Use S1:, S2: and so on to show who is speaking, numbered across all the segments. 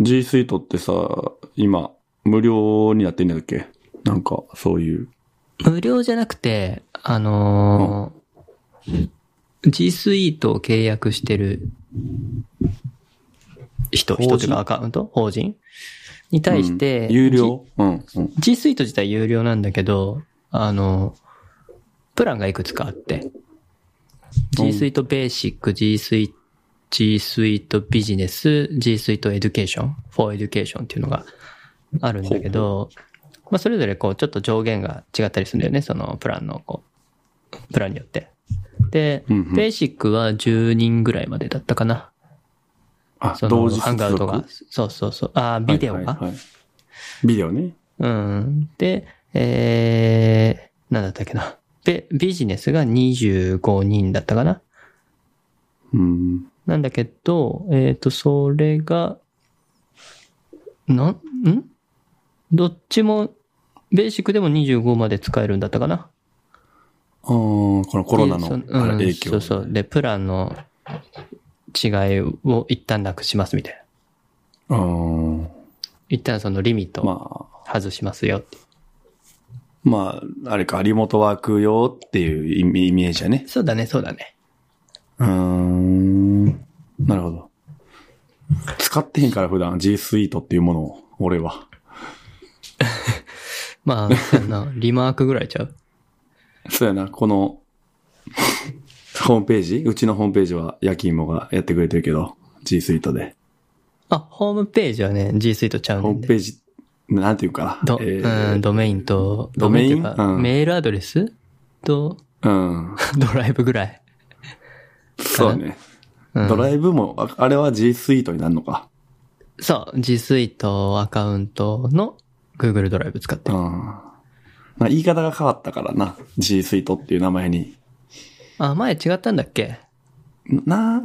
S1: G スイートってさ、今、無料になってんねんだっけなんか、そういう。
S2: 無料じゃなくて、あのー G Suite を契約してる人、
S1: 法人
S2: 人というかアカウント法人に対して、
S1: うん有料うん、うん。
S2: G, G Suite 自体有料なんだけど、あの、プランがいくつかあって、
S1: うん
S2: G Suite Basic、G Suite G Suite Business、G Suite Education、for Education っていうのがあるんだけど、まあそれぞれこうちょっと上限が違ったりするんだよね、そのプランのこう、プランによって。で、
S1: うんうん
S2: ベーシックは10人ぐらいまでだったかな。
S1: あ、
S2: そ
S1: 同
S2: の
S1: 時
S2: ハンガウトが
S1: 接。
S2: そうそうそう。あー、
S1: 続
S2: ビデオが、
S1: はいはいはいビデオね。
S2: うん。で、えー、なんだったっけな。で、ビジネスが25人だったかな。
S1: うん。
S2: なんだけど、えっ、と、それが、なん、んどっちも、ベーシックでも25まで使えるんだったかな。
S1: ああ、このコロナ
S2: でそ
S1: の
S2: う
S1: あれ
S2: ん
S1: 影響。
S2: そうそう。で、プランの違いを一旦なくしますみたいな。
S1: あー
S2: 一旦そのリミットを
S1: まあ、
S2: 外しますよって。
S1: まあ、あれか、リモートワーク用っていうイメイメージやね。
S2: そうだね、そうだね。
S1: うーん。なるほど。使ってへんから普段 G Suite っていうものを、俺は。
S2: まあ、そんな、リマークぐらいちゃう
S1: そうやな、この、 ホームページうちのホームページは焼き芋がやってくれてるけど、G Suite で。
S2: あ、ホームページはね、G Suite ちゃう
S1: ホー
S2: ん
S1: ム
S2: で。
S1: ページ、なんていうかな。
S2: ど、
S1: え
S2: うん、
S1: ー
S2: ドメインと、
S1: ドメイン
S2: ドっていうか、
S1: うん
S2: メールアドレスと、
S1: うん。
S2: ドライブぐらい。
S1: そうね。
S2: うん
S1: ドライブも、ああれは G Suite になるのか。
S2: そう、G Suite アカウントの Google ドライブ使って
S1: うん。
S2: る。
S1: まあ言い方が変わったからな。G Suite っていう名前に。
S2: あ、前違ったんだっけ
S1: なあ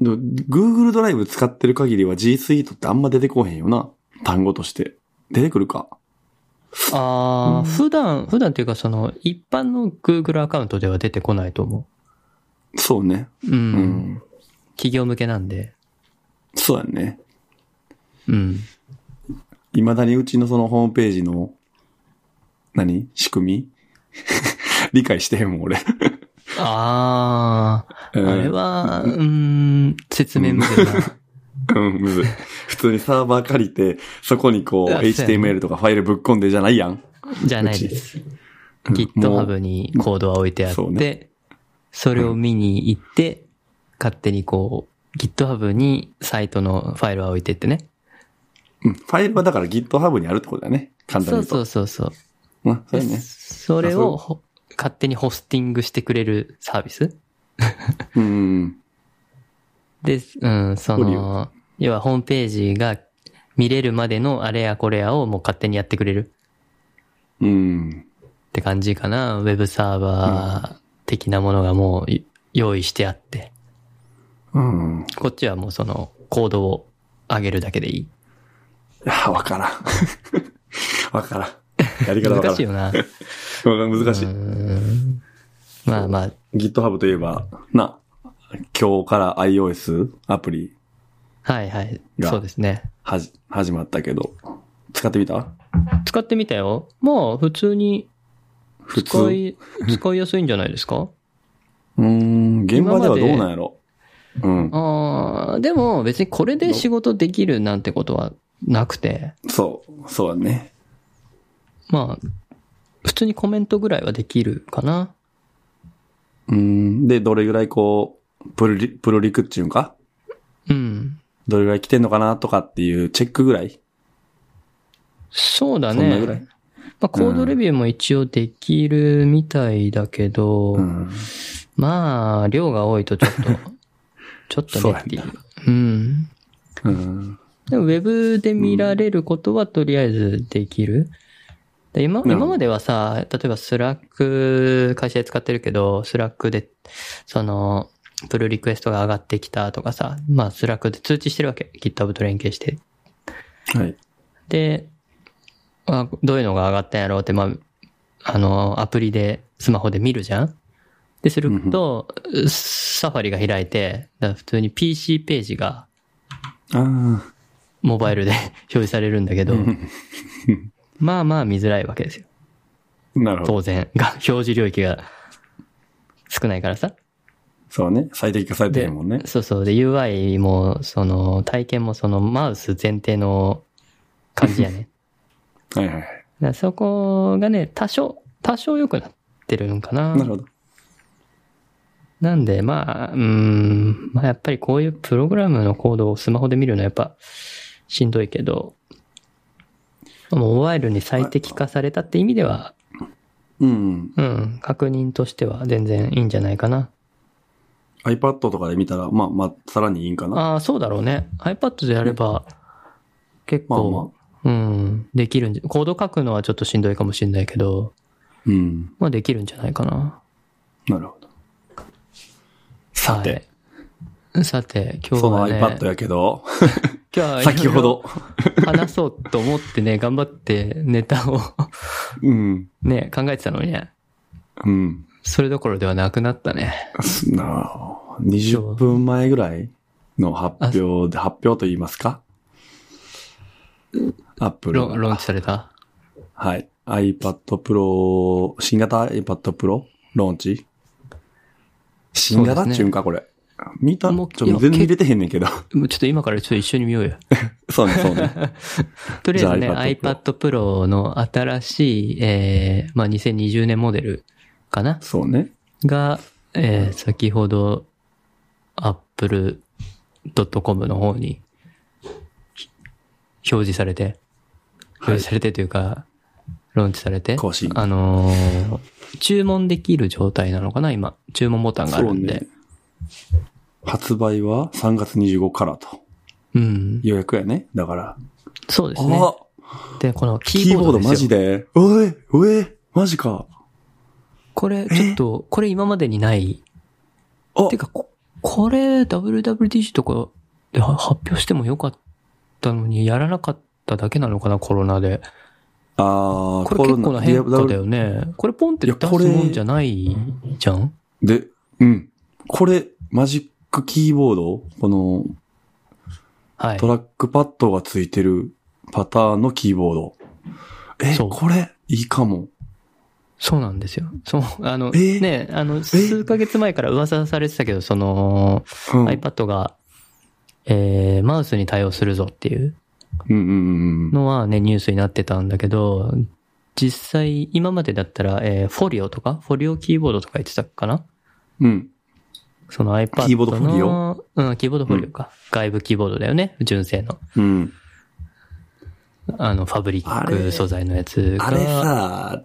S1: でも Google ドライブ使ってる限りは G Suite ってあんま出てこへんよな。単語として。出てくるか。
S2: あー普段、普段っていうかその、一般の Google アカウントでは出てこないと思
S1: そうね。
S2: う。うん。
S1: うん。
S2: 企業向けなんで。
S1: そうやね。
S2: うん。
S1: 未だにうちのそのホームページの、何仕組み 理解してへんもん、俺。
S2: あーあれは、うん、説明無理だな。
S1: うん、むずい。普通にサーバー借りて、そこにこう、
S2: あそうやね
S1: HTML とかファイルぶっ込んでじゃないやん。
S2: じゃないです。
S1: うんも
S2: GitHub
S1: う
S2: にコードは置いてあっ
S1: そう
S2: て、それを見に行って、勝手にこう、GitHub にサイトのファイルは置いてってね。
S1: うんファイルはだから GitHub にあるってことだよね。簡単
S2: そ
S1: に
S2: う
S1: 言うと。
S2: そうそうそう。
S1: まあ、そう
S2: で
S1: やね。
S2: それ
S1: あそう
S2: をほ勝手にホスティングしてくれるサービス
S1: うん。
S2: で、うん、
S1: そ
S2: そ
S1: うだ
S2: の、要はホームページが見れるまでのあれやこれやをもう勝手にやってくれる
S1: うん。
S2: って感じかな。ウェブサーバー的なものがもうい用意してあって。
S1: うん。い
S2: こっちはもうそのコードを上げるだけでいい。
S1: や、わからん。 わからん。やり方わからん。
S2: 難しいよな。
S1: わかん難しい。
S2: うーんまあまあ、
S1: GitHub といえば、な、今日から iOS アプリ
S2: はいはい。
S1: が
S2: そうですね。
S1: はじ、始まったけど、使ってみた
S2: 使ってみたよ。まあ、普通に
S1: 普通。
S2: 使
S1: う
S2: い、使いやすいんじゃないですか
S1: ーん、現場ではどうなんやろ。うん。
S2: ああ、でも別にこれで仕事できるなんてことはなくて、
S1: そう、そうだね。
S2: まあ、普通にコメントぐらいはできるかな。
S1: うーん、で、どれぐらいこう、プロリ、プロリクっちゅうんか
S2: うん。
S1: どれぐらい来てんのかなとかっていうチェックぐらい
S2: そうだ
S1: そんなぐらい
S2: ね。まあ、コードレビューも一応できるみたいだけど、
S1: うん。
S2: まあ、量が多いとちょっ と、ちょっとねっていう。うん。
S1: うん。
S2: でも、ウェブで見られることはとりあえずできる。で
S1: なる
S2: 今
S1: ほど
S2: 今まではさ、例えばスラック、会社で使ってるけど、スラックで、その、プルリクエストが上がってきたとかさ、まあ、スラックで通知してるわけ。GitHub と連携して。
S1: はい。
S2: で、あどういうのが上がったんやろうって、まあ、あの、アプリで、スマホで見るじゃんで、すると、サファリが開いて、だから普通に PC ページが
S1: ああ、
S2: モバイルで 表示されるんだけど、まあまあ見づらいわけですよ。
S1: なるほど。
S2: 当然。 が、表示領域が少ないからさ。
S1: そうね。最適化されてへんもんね。
S2: そうそう。で、UI も、その、体験もその、マウス前提の感じやね。
S1: はいはいはい。
S2: だからそこがね、多少、多少良くなってるんかな。
S1: なるほど。
S2: なんで、まあ、うーん、まあやっぱりこういうプログラムのコードをスマホで見るのはやっぱしんどいけど、もうモバイルに最適化されたって意味では、
S1: うん。
S2: うん、確認としては全然いいんじゃないかな。
S1: iPad とかで見たら、まあまあ、さらにいいんかな。
S2: ああ、そうだろうね。iPad でやれば、結構、うん、できるんじゃ、コード書くのはちょっとしんどいかもしれないけど、
S1: うん。
S2: まあできるんじゃないかな。
S1: なるほど。さて、
S2: はい。さて、今日
S1: その
S2: は、ね、
S1: iPad やけど、
S2: 今日は
S1: 先ほ ど。
S2: 話そうと思ってね、 頑張ってネタを
S1: うん。
S2: ね、考えてたのにね、
S1: うん。
S2: それどころではなくなったね。
S1: すなあ20分前ぐらいの発表で、発表と言いますかアップル
S2: ロン、ローンチされた。
S1: はい。iPad Pro、新型 iPad Pro ローンチ新型
S2: そう
S1: っ
S2: です
S1: ち
S2: ね
S1: ゅうんか、これ。見たち
S2: も
S1: ょ
S2: う
S1: っと全然見れてへんねんけど。
S2: もうちょっと今からちょっと一緒に見よ うよ。
S1: そうね、そうね。
S2: とりあえず
S1: じ
S2: ね、
S1: ゃあ iPad
S2: iPad Pro の新しい、えー、まあ、2020年モデルかな
S1: そうね。
S2: が、えー、先ほど、apple.com の方に、ひ表示されて、表
S1: はい
S2: 示されてというか、ローンチされて、
S1: 更新
S2: あのー注文できる状態なのかな今、注文ボタンがあ
S1: そ
S2: る
S1: うん
S2: で。
S1: ね。発売は3月25からと。
S2: うん。
S1: 予約やね。だから。
S2: そうですね。
S1: あ
S2: で、このキ
S1: キー
S2: ーボ
S1: ボー
S2: ード
S1: ド
S2: です
S1: マジ
S2: よ。
S1: で。おい、おい、マジか。
S2: これ、ちょっと、これ今までにない。
S1: あ
S2: てか、こ、これ、WWDC とかでは発表してもよかったのに、やらなかっただけなのかな、コロナで。
S1: あー
S2: これ結構な変化だ。
S1: コロ
S2: よね。これポンって
S1: い
S2: 出
S1: や
S2: す
S1: これ
S2: もんじゃないじゃん
S1: ナで、うん。これ、マジックキーボードこの、
S2: はい
S1: ト。ラックパッドがついてるパターンのキーボード。え、
S2: そう
S1: これ、いいかも。
S2: そうなんですよ。そう、あの、
S1: えー
S2: ね、あの、数ヶ月前から噂されてたけど、その、
S1: うん。
S2: iPad が、えー、マウスに対応するぞっていう
S1: うんうんうんうん。
S2: のはね、ニュースになってたんだけど、実際、今までだったら、えー、フォリオとか、フォリオキーボードとか言ってたかな
S1: うん。
S2: その iPad の。
S1: キーボードフォリ
S2: オうん、キーボードフォリオか。外部キーボードだよね。純正の。
S1: うん。
S2: あの、ファブリッ
S1: あれ
S2: ク素材のやつが。
S1: あれさ、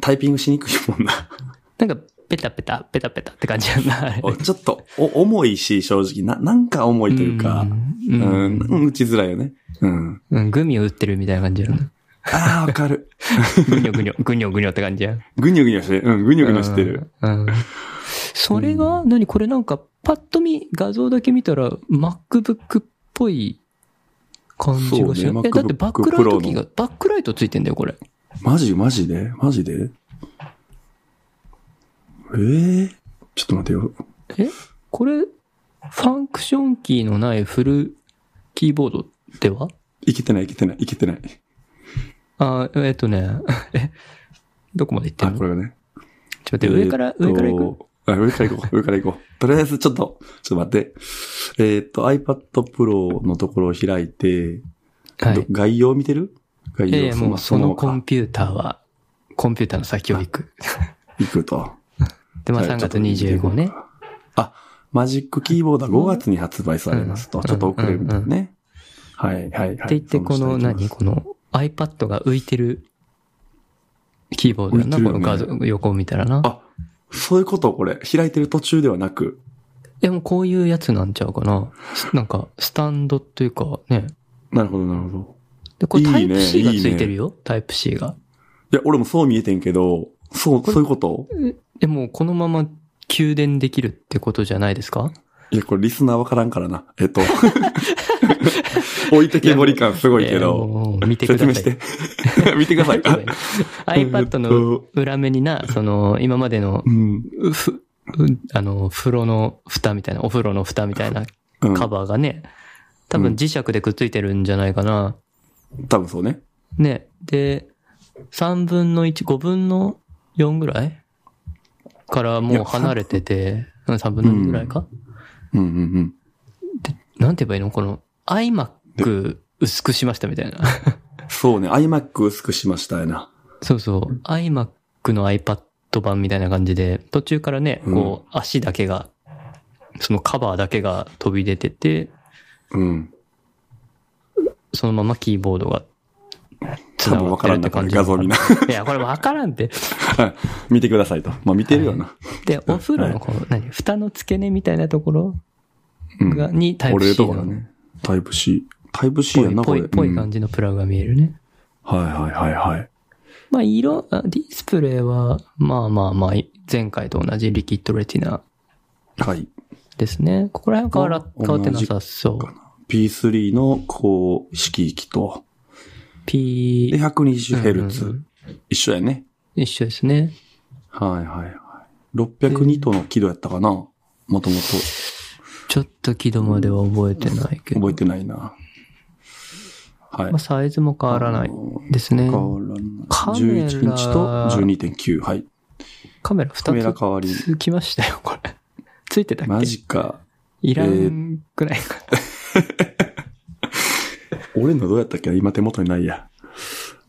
S1: タイピングしにくいもんな。
S2: なんか、ペタペタ、ペタペタって感じやんな、あれ。
S1: お ちょっと、お、重いし、正直。な、なんか重いというか。
S2: う
S1: うん
S2: うん
S1: ん、うん打ちづらいよね。うん。
S2: うん、グミを打ってるみたいな感じやん。
S1: ああ、わかる。
S2: ぐにょぐにょ、ぐにょぐにょって感じやん。
S1: ぐにゅぐにゅしてる。うん、ぐにゅぐにゅしてる。
S2: うん。うんそれが、何これなんか、パッと見、画像だけ見たら、MacBook っぽい感じがし
S1: そう
S2: な
S1: ね
S2: い。え、だって
S1: MacBook
S2: バックライト
S1: Pro
S2: キー
S1: の
S2: が、バックライトついてんだよ、これ。
S1: マジマジでマジでええちょっと待ってよ。
S2: えこれ、ファンクションキーのないフルキーボードではい
S1: けてない、いけてない、いけてない。
S2: あ、えっとね、え、どこまで行って
S1: あ、
S2: んの
S1: これがね。
S2: ちょっと待って、上から、上から行く
S1: く上から行こう、上 から行こう。とりあえず、ちょっと、ちょっと待って。えーっ、と、iPad Pro のところを開いて、
S2: はい
S1: ど。概要見てる概要、
S2: ええ、も
S1: ま
S2: うその
S1: ま
S2: コ
S1: ま
S2: ンピューターは、コンピューターの先を行く。
S1: 行くと。
S2: で、まあ
S1: じゃ
S2: 3
S1: あちょっ
S2: 月
S1: と見ていこ
S2: 25
S1: う
S2: ね。
S1: あ、マジックキーボードは5月に発売されますと。
S2: うん
S1: ちょっと遅れるみたいね。はい、はい、はい。っ
S2: って言って、この、何この iPad が浮いてるキーボードだな、
S1: 浮いてるよ
S2: この
S1: ね
S2: 画像、横を見たらな。
S1: あ、そういうことこれ。開いてる途中ではなく。
S2: でもうこういうやつなんちゃうかな。すなんか、スタンドというか、ね。
S1: なるほど、なるほど。
S2: で、これ
S1: いい
S2: タ
S1: ね
S2: イプ C がついてる
S1: いい
S2: よ。タイプ C が。
S1: いや、俺もそう見えてんけど、そう、そういうこと
S2: でも、このまま給電できるってことじゃないですか
S1: いや、これリスナーわからんからな。え っと。置いてけぼり感すごいけ
S2: いや
S1: ど。
S2: もう見てくだ
S1: 説
S2: さい。
S1: 明して。見て くださ い。
S2: iPad の裏面にな、その、今までの
S1: う、ん。
S2: ふ、あの、風呂の蓋みたいな、お風呂の蓋みたいな
S1: うん
S2: カバーがね、多
S1: うん
S2: 分磁石でくっついてるんじゃないかな。
S1: 多分そうね。
S2: ね。で、3分の1、5分の4ぐらいから
S1: い
S2: もう
S1: や
S2: 離れてて、うん3分の2ぐらいか、
S1: うんうんうん。
S2: なんて言えばいいのこの iMac 薄くしましたみたいな。
S1: そうね、iMac 薄くしましたよな。
S2: そうそう。iMac の iPad 版みたいな感じで、途中からね、こう、足だけが、そのカバーだけが飛び出てて、
S1: うん。
S2: そのままキーボー ドが
S1: 多
S2: 繋
S1: 分
S2: が
S1: わ
S2: って
S1: か
S2: る
S1: ら
S2: っ
S1: ん
S2: て
S1: な、こ
S2: 感
S1: れ
S2: じ。
S1: 画像見な。
S2: いや、これわからんって。
S1: 見てくださいと。まあ見てるよな。
S2: で、お風呂のこの、何蓋の付け根みたいなところ
S1: うん。
S2: が、にタイプ
S1: 俺の
S2: C
S1: と
S2: の
S1: ころね。タイプ C。タイプ C
S2: ぽ
S1: や
S2: い、
S1: な、こ
S2: ぽ
S1: れ。
S2: い、ぽい
S1: うん
S2: 感じのプラグが見えるね。
S1: はいはいはいはい。
S2: まあ、色、あディスプレイは、まあまあまあ、前回と同じリキッドレティナ
S1: はい。
S2: ですね。ここら辺は変わら変わってなさそう。
S1: P3 の高色域と、
S2: P
S1: で、120Hz、
S2: うんうんうん
S1: 一緒やね。
S2: 一緒ですね。
S1: はいはいはい。602との輝度やったかなもとも
S2: ちょっと輝度までは覚えてない
S1: と
S2: けど。
S1: 覚えてないな。はい
S2: まあ、。サイズも変わらないですね
S1: 変。わらない。
S2: カメラ
S1: 11インチと12.9。はい。
S2: カメラ
S1: カメラ
S2: 2
S1: 変わり。
S2: つきましたよ、これ。ついてたっ
S1: マ
S2: け
S1: ジか。
S2: いらんくらいか。
S1: 俺のどうやったっけ今手元にないや。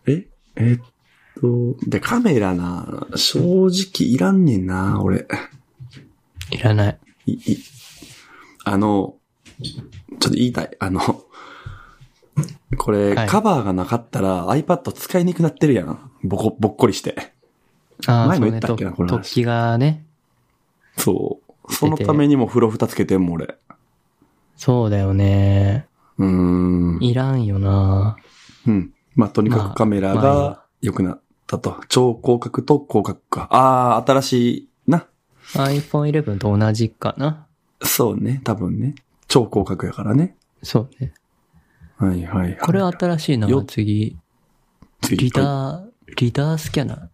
S1: ええっと、で、カメラな、正直いらんねんな、俺。
S2: いらない。
S1: い、い、あの、ちょっと言いたい。あの、これ、
S2: はい
S1: カバーがなかったら iPad 使いにくくなってるやん。ぼこ、ぼっこりして。
S2: ああ、
S1: 前
S2: そ
S1: も
S2: う
S1: 言っ
S2: ね。
S1: た
S2: と
S1: っけなこの話
S2: 突起がね。
S1: そう。そのためにも風呂蓋つけてんもん俺。
S2: そうだよね。
S1: うーん。
S2: いらんよな。
S1: うん。まあ、とにかくカメラ
S2: まあま
S1: が良くなったと。超広角と広角か。あー、新しいな。
S2: iPhone 11と同じかな。
S1: そうね、多分ね。超広角やからね。
S2: そうね。
S1: はいはいはい。
S2: これ新しいな
S1: よ。
S2: 次。
S1: 次
S2: リダ
S1: はい
S2: ー、リダースキャナー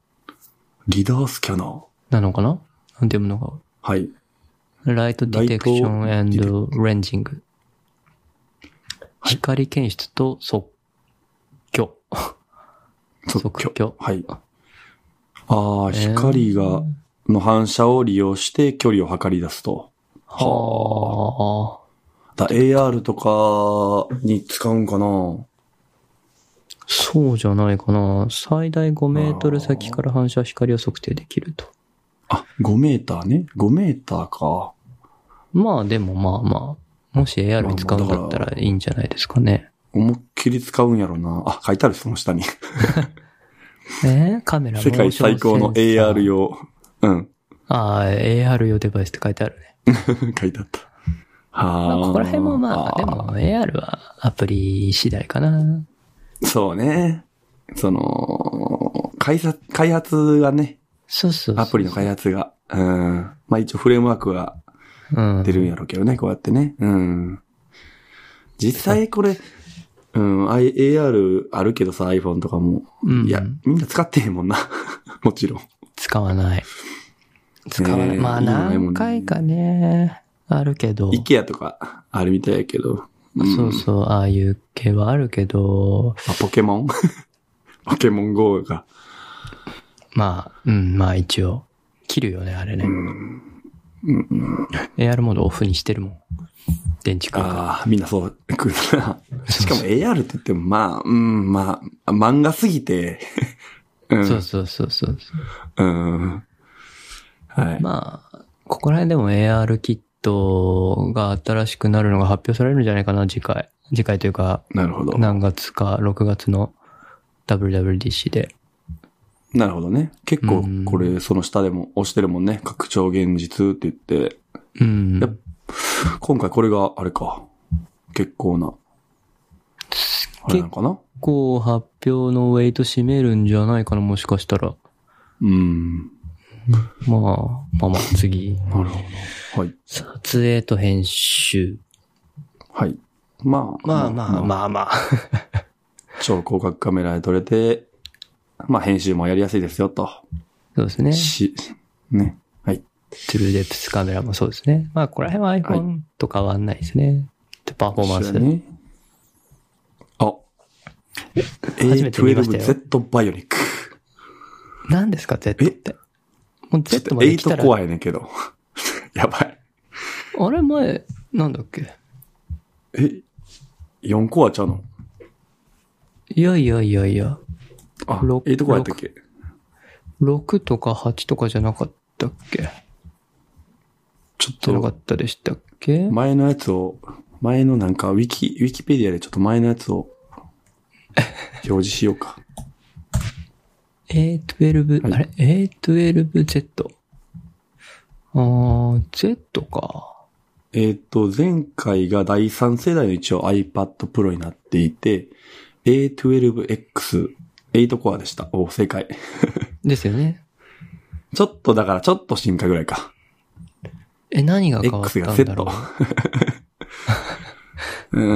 S1: リダースキャナー。
S2: なのかななんて読むのか。
S1: はい。
S2: ライトディテクション
S1: ライトディ
S2: and レンジング。
S1: はい
S2: 光検出と即興。
S1: 即興。
S2: 即興
S1: はい。ああ、
S2: えー
S1: 光が、の反射を利用して距離を測り出すと。
S2: は
S1: だ AR とかに使うんかな
S2: あ。そうじゃないかな。最大5メートル先から反射光を測定できると。
S1: あ、5メーターね。5メーターか。
S2: まあでもまあまあ、もし AR に使うんだったらいいんじゃないですかね。
S1: 思いっきり使うんやろな。あ、書いてある、その下に。
S2: えーカメラ
S1: 世界最高の AR
S2: 用。
S1: 用。うん。
S2: ああ、AR 用デバイスって書いてあるね。
S1: 書いてあった。は
S2: ま
S1: あ
S2: あ、
S1: ー。
S2: ここら辺もまあ、でも AR はアプリ次第かな。
S1: そうね。その、開発、開発がね、
S2: そうそうそう
S1: アプリの開発が。うん。まあ一応フレームワークが
S2: うん
S1: 出。るんやろうけどね、こうやってね。うん。実際これ、うん、I- AR あるけどさ、iPhone とかも。
S2: うん
S1: いや、みんな使ってへんもんな。 もちろん。
S2: 使わない。使わない。
S1: ねえ
S2: まあ
S1: いいのないもんね
S2: 何回かね、あるけど。
S1: IKEA とか、あるみたいやけど。ん
S2: そうそう、ああいう系はあるけど、
S1: あポケモン ポケモン GO が。
S2: まあ、うん、まあ一応、切るよね、あれね。AR モードオフにしてるもん。電池から。
S1: ああ、みんなそう、来るな。しかも AR って言っても、まあ、うん、まあ、漫画すぎて。 うん。
S2: そうそうそうそう。
S1: うん。はい。
S2: まあ、ここら辺でも AR キットが新しくなるのが発表されるんじゃないかな、次回。次回というか、
S1: なるほど。
S2: 何月か6月の WWDC で。
S1: なるほどね。結構
S2: うん
S1: これ、その下でも押してるもんね。拡張現実って言って。
S2: うん。
S1: やっ今回これがあれか。結構な。あれなのかな
S2: 結構発表のウェイト占めるんじゃないかな、もしかしたら。
S1: うん。
S2: まあ、まあまあ、次。
S1: なるほど。はい。
S2: 撮影と編集。
S1: はい。まあ、
S2: まあまあまあまあ。
S1: 超広角カメラで撮れて、まあ編集もやりやすいですよと。
S2: そうですね。
S1: し、ね。はい。
S2: トゥルーデプスカメラもそうですね。まあ、ここら辺は iPhone と変わんないですね。パフォーマンス。
S1: そうやね。
S2: 初めて見ましたよ
S1: A12Z バイオニック。
S2: 何ですか、Z って。もう
S1: ちょっ
S2: Z
S1: と
S2: まで来た
S1: 8
S2: ら、
S1: 怖いねんけど。 やばい。
S2: あれ前、なんだっけ
S1: え、4コアちゃうの
S2: いやいやいやいや、
S1: あ、
S2: 六
S1: 8コアやったっけ
S2: 6とか8とかじゃなかったっけ
S1: ちょっ
S2: じゃなか
S1: と、
S2: ったでしたっけ
S1: 前のやつを、前のなんか、ウィキ、ウィキペディアでちょっと前のやつを、表示しようか。
S2: A12、
S1: はい
S2: あれ ?A12Z。あー、Z か。
S1: えっ、と、前回が第3世代の一応 iPad Pro になっていて、A12X、8コアでした。お、正解。
S2: ですよね。
S1: ちょっと、だからちょっと進化ぐらいか。
S2: え、何が変わっ
S1: X
S2: た
S1: が
S2: ん
S1: Z
S2: だろ。
S1: うー
S2: う。
S1: ん。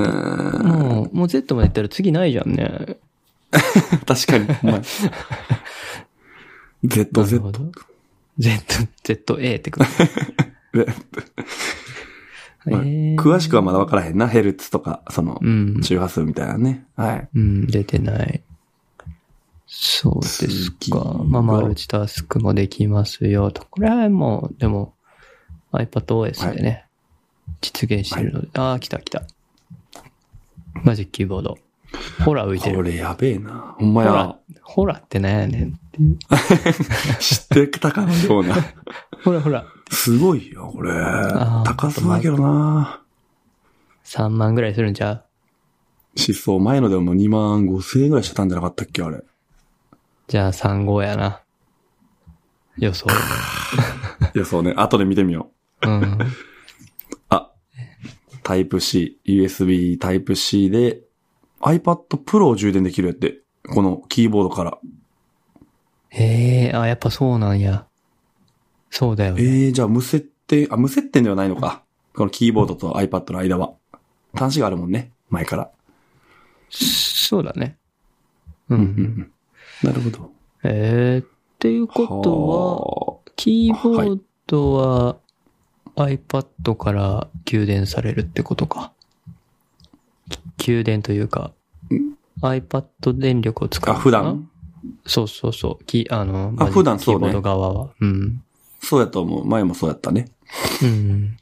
S2: もう、もう Z まで行ったら次ないじゃんね。
S1: 確かに、 お前。Z、
S2: なる
S1: Z
S2: ほ。ど。Z、ZA ってくる。
S1: でまあ
S2: えー
S1: 詳しくはまだ分からへんな。ヘルツとか、その
S2: う、ん。
S1: 周波数みたいなね。はい。
S2: うん、出てない。そうです
S1: 次
S2: か。
S1: は
S2: まあ、マルチタスクもできますよと。これはもう、でも、iPadOS でね、実現してるので。ああ、来た来た。マジックキーボード。ほら浮いて
S1: こ
S2: る。
S1: れやべえな。ほんま
S2: ほ
S1: や
S2: ら。、ほらってなんやねんっていう。
S1: 知ってたかのよう な。
S2: ほらほら、
S1: すごいよ、これ
S2: あ。ー
S1: 高そうだけどな。
S2: 3万ぐらいするんちゃう
S1: 失踪前のでも2万5千円ぐらいしてたんじゃなかったっけ、あれ。
S2: じゃあ3号やな。予想。
S1: いや、そうね。後で見てみよ
S2: うん。
S1: う。あ、タイプ C、USB タイプ C で、iPad Pro を充電できるやって。このキーボードから。
S2: へえ、あ、やっぱそうなんや。そうだよね。
S1: ええー、じゃあ無接点、あ、無接点ではないのか。このキーボードと iPad の間は。端子があるもんね。前から。
S2: そうだね。うん。
S1: ん。なるほど。
S2: えー、っていうことは、キーボードは iPad から給電されるってことか。き給電というか、iPad 電力を使う
S1: はあ、
S2: のかな。
S1: 普段
S2: そうそうそう。きあの、
S1: あ普段
S2: キ
S1: そ
S2: ー
S1: う
S2: ボ
S1: ね
S2: ード側は。うん。
S1: そうやと思う。前もそうやったね。
S2: うん。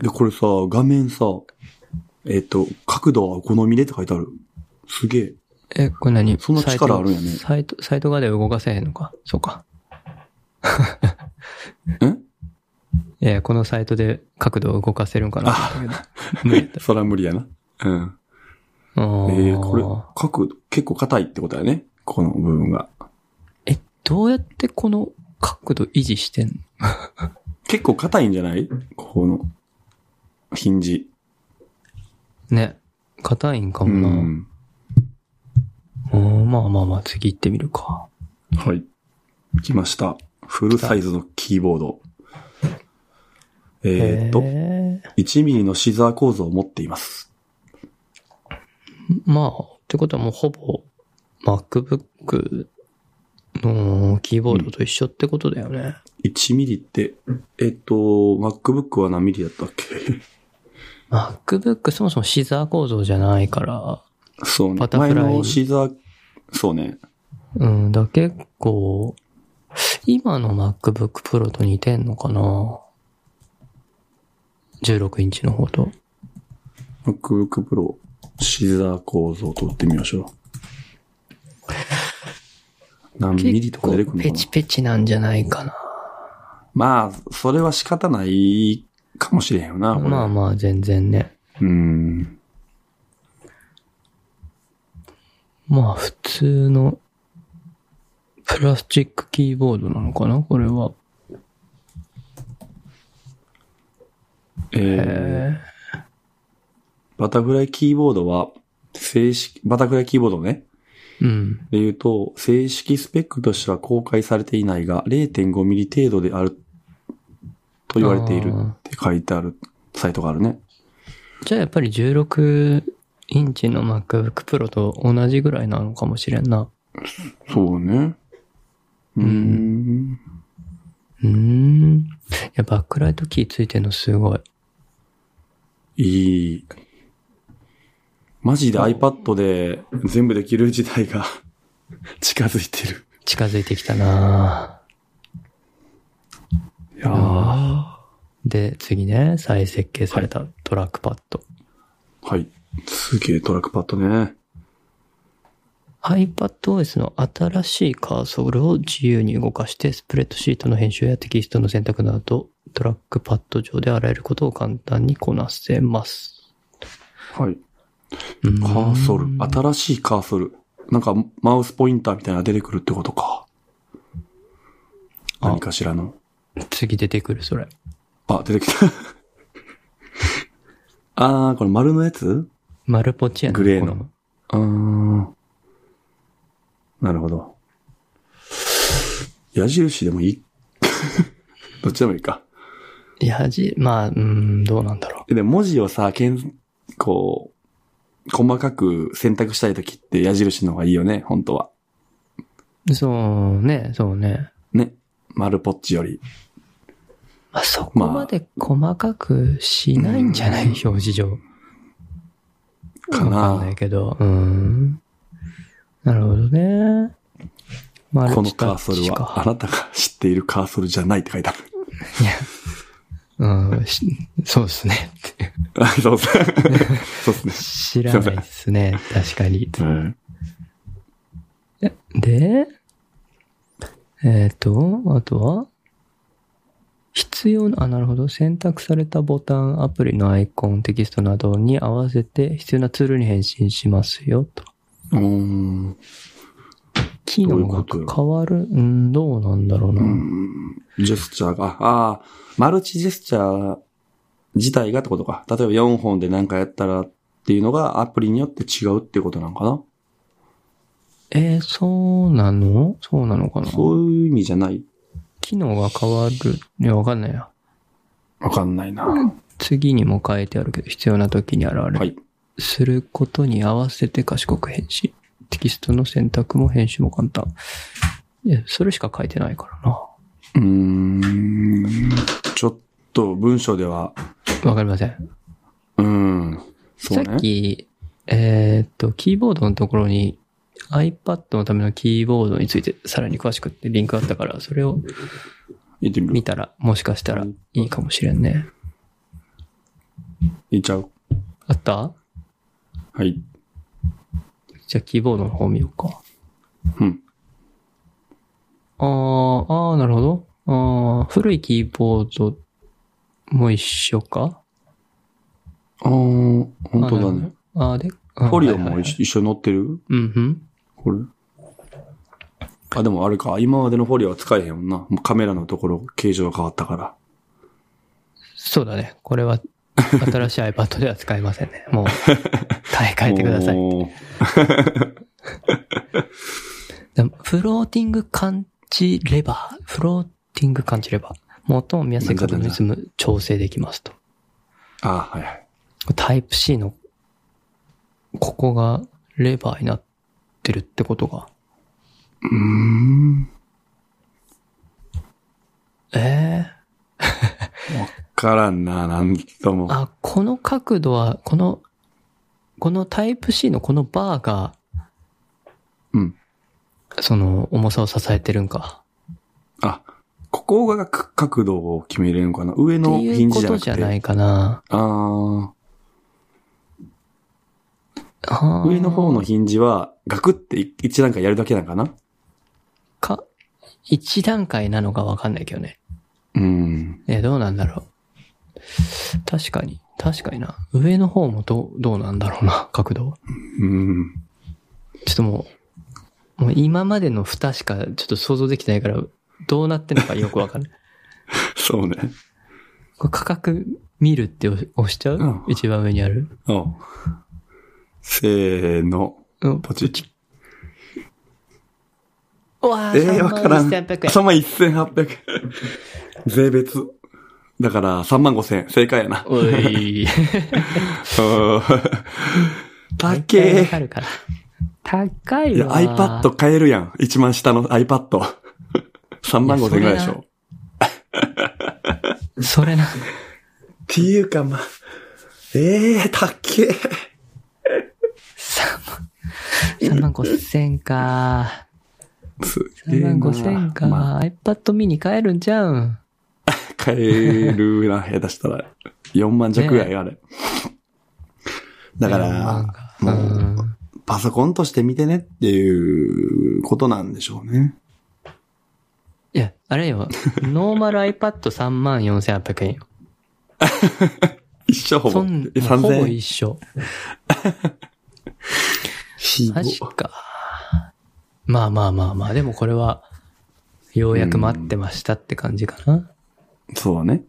S1: で、これさ、画面さ、えっ、と、角度はお好みでって書いてある。すげえ。
S2: え、これ何
S1: そんな力あるんやね
S2: サイト、サイト側では動かせへんのか。そ うか。
S1: ん
S2: えーこのサイトで角度を動かせるんかな。
S1: あ、
S2: 無理だった
S1: そら無理やな。うん。
S2: あー
S1: ええこれ、角度、結構硬いってことやね。この部分が。
S2: え、どうやってこの角度維持してんの
S1: 結構硬いんじゃないこの、ヒンジ。
S2: ね。硬いんか
S1: う
S2: もな。
S1: ん。
S2: うん、まあまあまあ、次行ってみるか。
S1: はい。来ました。フルサイズのキーボード。えーっと、
S2: へえ
S1: 1ミリのシザー構造を持っています。
S2: まあ、ってことはもうほぼ MacBook のキーボードと一緒ってことだよね。
S1: 1ミリって、えーっと、MacBook は何ミリだったっけ
S2: MacBook そもそもシザー構造じゃないから、
S1: そうね
S2: バ。タフラ
S1: 前
S2: イ
S1: のシザー、そうね。
S2: うん、だ結構、今の MacBook Pro と似てんのかな ?16 インチの方と。
S1: MacBook Pro、シザー構造と打ってみましょう。何ミリとか出てくるのか
S2: ペ
S1: な
S2: チペチなんじゃないかな。
S1: まあ、それは仕方ないかもしれへんよな、これ。
S2: まあまあ、全然ね。
S1: うん。
S2: まあ、普通の、プラスチックキーボードなのかなこれは。
S1: えー、
S2: へ
S1: バタフライキーボードは、正式、バタフライキーボードね。
S2: え。うん。
S1: で言うと、正式スペックとしては公開されていないが、0.5ミリ程度である、と言われている
S2: あー
S1: って書いてあるサイトがあるね。
S2: じゃあ、やっぱり16インチの MacBook Pro と同じぐらいなのかもしれんな。
S1: そうね。うーん。
S2: うーん。いや、バックライトキーついてるのすごい。
S1: いい。マジで iPad で全部できる時代が 近づいてる。
S2: 近づいてきたなぁ
S1: いやー
S2: で、次ね、再設計されたトラックパッド。
S1: はい。すげえトラックパッドね。
S2: iPadOS の新しいカーソルを自由に動かして、スプレッドシートの編集やテキストの選択など、トラックパッド上であらゆることを簡単にこなせます。
S1: はい。
S2: カ
S1: カーソル。新しいカーソル。なんか、マウスポインターみたいなのが出てくるってことか。
S2: あ
S1: 何かしらの。
S2: 次出てくる、それ。
S1: あ、出てきた。 あー、これ丸のやつ
S2: 丸ポチやな
S1: グレーの。
S2: この
S1: あー。なるほど。矢印でもいい どっちでもいいか。
S2: いや、じ、まあ、うーん、どうなんだろ
S1: えでも文字をさ、けん、こう、細かく選択したいときって矢印の方がいいよね、本当は。
S2: う。そうね、そうね。
S1: ね。丸ポッチより。
S2: まあ、そこまで細かくしないんじゃない、表示上。
S1: かな
S2: わかんないけど。うーん。なるほどね。マル
S1: この
S2: チタ
S1: カー
S2: ッ
S1: ソル
S2: チ
S1: は、あ
S2: か。
S1: なたが知っているカーソルじゃないって書いてあ る。
S2: うん、しそうですね。
S1: あそうっすね。そうっすね。
S2: 知らないですね。確かに。
S1: うん
S2: で、えっ、と、あとは必要な、あ、なるほど。選択されたボタン、アプリのアイコン、テキストなどに合わせて必要なツールに返信しますよ、と。
S1: うーん。
S2: 機能が
S1: どういうこと
S2: 変わる、うん、どうなんだろうな。
S1: ジェスチャーが、ああ、マルチジェスチャー自体がってことか。例えば4本で何かやったらっていうのがアプリによって違うってことなんかな。
S2: えーそうなのそうなのかな
S1: そういう意味じゃない。
S2: 機能が変わる。いや、わかんないや。
S1: わかんないな。
S2: 次にも書いてあるけど、必要な時に現れる。
S1: はい。
S2: することに合わせて賢く返信。テキストの選択も編集も簡単。いや、それしか書いてないからな。
S1: うーん。ちょっと文章では、
S2: わかりません。
S1: うん。そう
S2: さ
S1: ね
S2: っ。き、えーっと、キーボードのところに iPad のためのキーボードについてさらに詳しくってリンクあったから、それを
S1: 言ってみ
S2: 見
S1: る。
S2: たら、もしかしたらいいかもしれんね。
S1: 言っちゃう。
S2: あった
S1: はい。
S2: じゃあキーボードの方見ようか。
S1: うん。
S2: あー、あー、なるほど。あー、古いキーボードも一緒か
S1: ああ、本当だね。。
S2: あーなるほどあー、で、あ
S1: フォリオ
S2: はいはい
S1: も
S2: はい
S1: 一一緒に載ってる
S2: うんうん。
S1: これ。あ、でもあれか。今までのフォリオは使えへんもんな。もうカメラのところ、形状が変わったから。
S2: そうだね。これは、新しい iPad では使えま せんね。もう、買い替えてください。
S1: おー
S2: でもフローティング感知レバー。フローティング感知レバー。最も見やすい角度に進む調整できますと。
S1: あはいはい。
S2: タイプ C の、ここがレバーになってるってことか。
S1: うーん。
S2: ええ
S1: からんな、なんとも。
S2: あ、この角度は、この、このタイプ C のこのバーが、
S1: うん。
S2: その、重さを支えてるんか。
S1: あ、ここがか角度を決めれるのかな上
S2: って
S1: の
S2: い
S1: ヒ
S2: う
S1: ン
S2: こ
S1: ジじゃ
S2: と
S1: なく
S2: じ
S1: て。
S2: ゃないかな。
S1: あー
S2: あー
S1: 上の方のヒンジは、ガクってい一段階やるだけなんかな
S2: か、一段階なのかわかんないけどね。
S1: うん。
S2: え、どうなんだろう。確かに、確かにな。上の方もどう、どうなんだろうな、角度は。
S1: うん。
S2: ちょっともう、もう今までの蓋しかちょっと想像できてないから、どうなってんのかよくわかんない。
S1: そうね。
S2: これ価格見るって押押しちゃう、
S1: うん
S2: 一番上にある。
S1: おうせーの。
S2: うん。
S1: ポチッ。
S2: うわ
S1: ええー、わからん。
S2: 3
S1: 3万1800円。 税別。だから、3万5000円。正解 やな。
S2: おい。
S1: うん高
S2: 大体わか
S1: え。
S2: るから。高い
S1: いや、
S2: わ。
S1: iPad 買えるやん。一番下の iPad。3万5000円ぐらいでし
S2: いやそれな
S1: ょ。
S2: それな。
S1: っていうか、まあ、ええー、高え。
S2: 3万5千か。
S1: すげえ
S2: 3
S1: な。
S2: 万5千か。
S1: まあ、
S2: iPad mini 買えるんじゃうん。
S1: 買える な、下手したら。4万弱ぐらいあれ。だか
S2: 4万
S1: ら、
S2: かう。
S1: もうんパソコンとして見てねっていうことなんでしょうね。
S2: いや、あ れよ。ノーマル iPad3 万4800円よ。
S1: 一緒ほぼ。
S2: そん、もうほぼ
S1: 3000
S2: 一緒。
S1: ひど
S2: マジか。まあまあまあまあ、でもこれは、ようやく待ってましたって感じかな。
S1: そうね。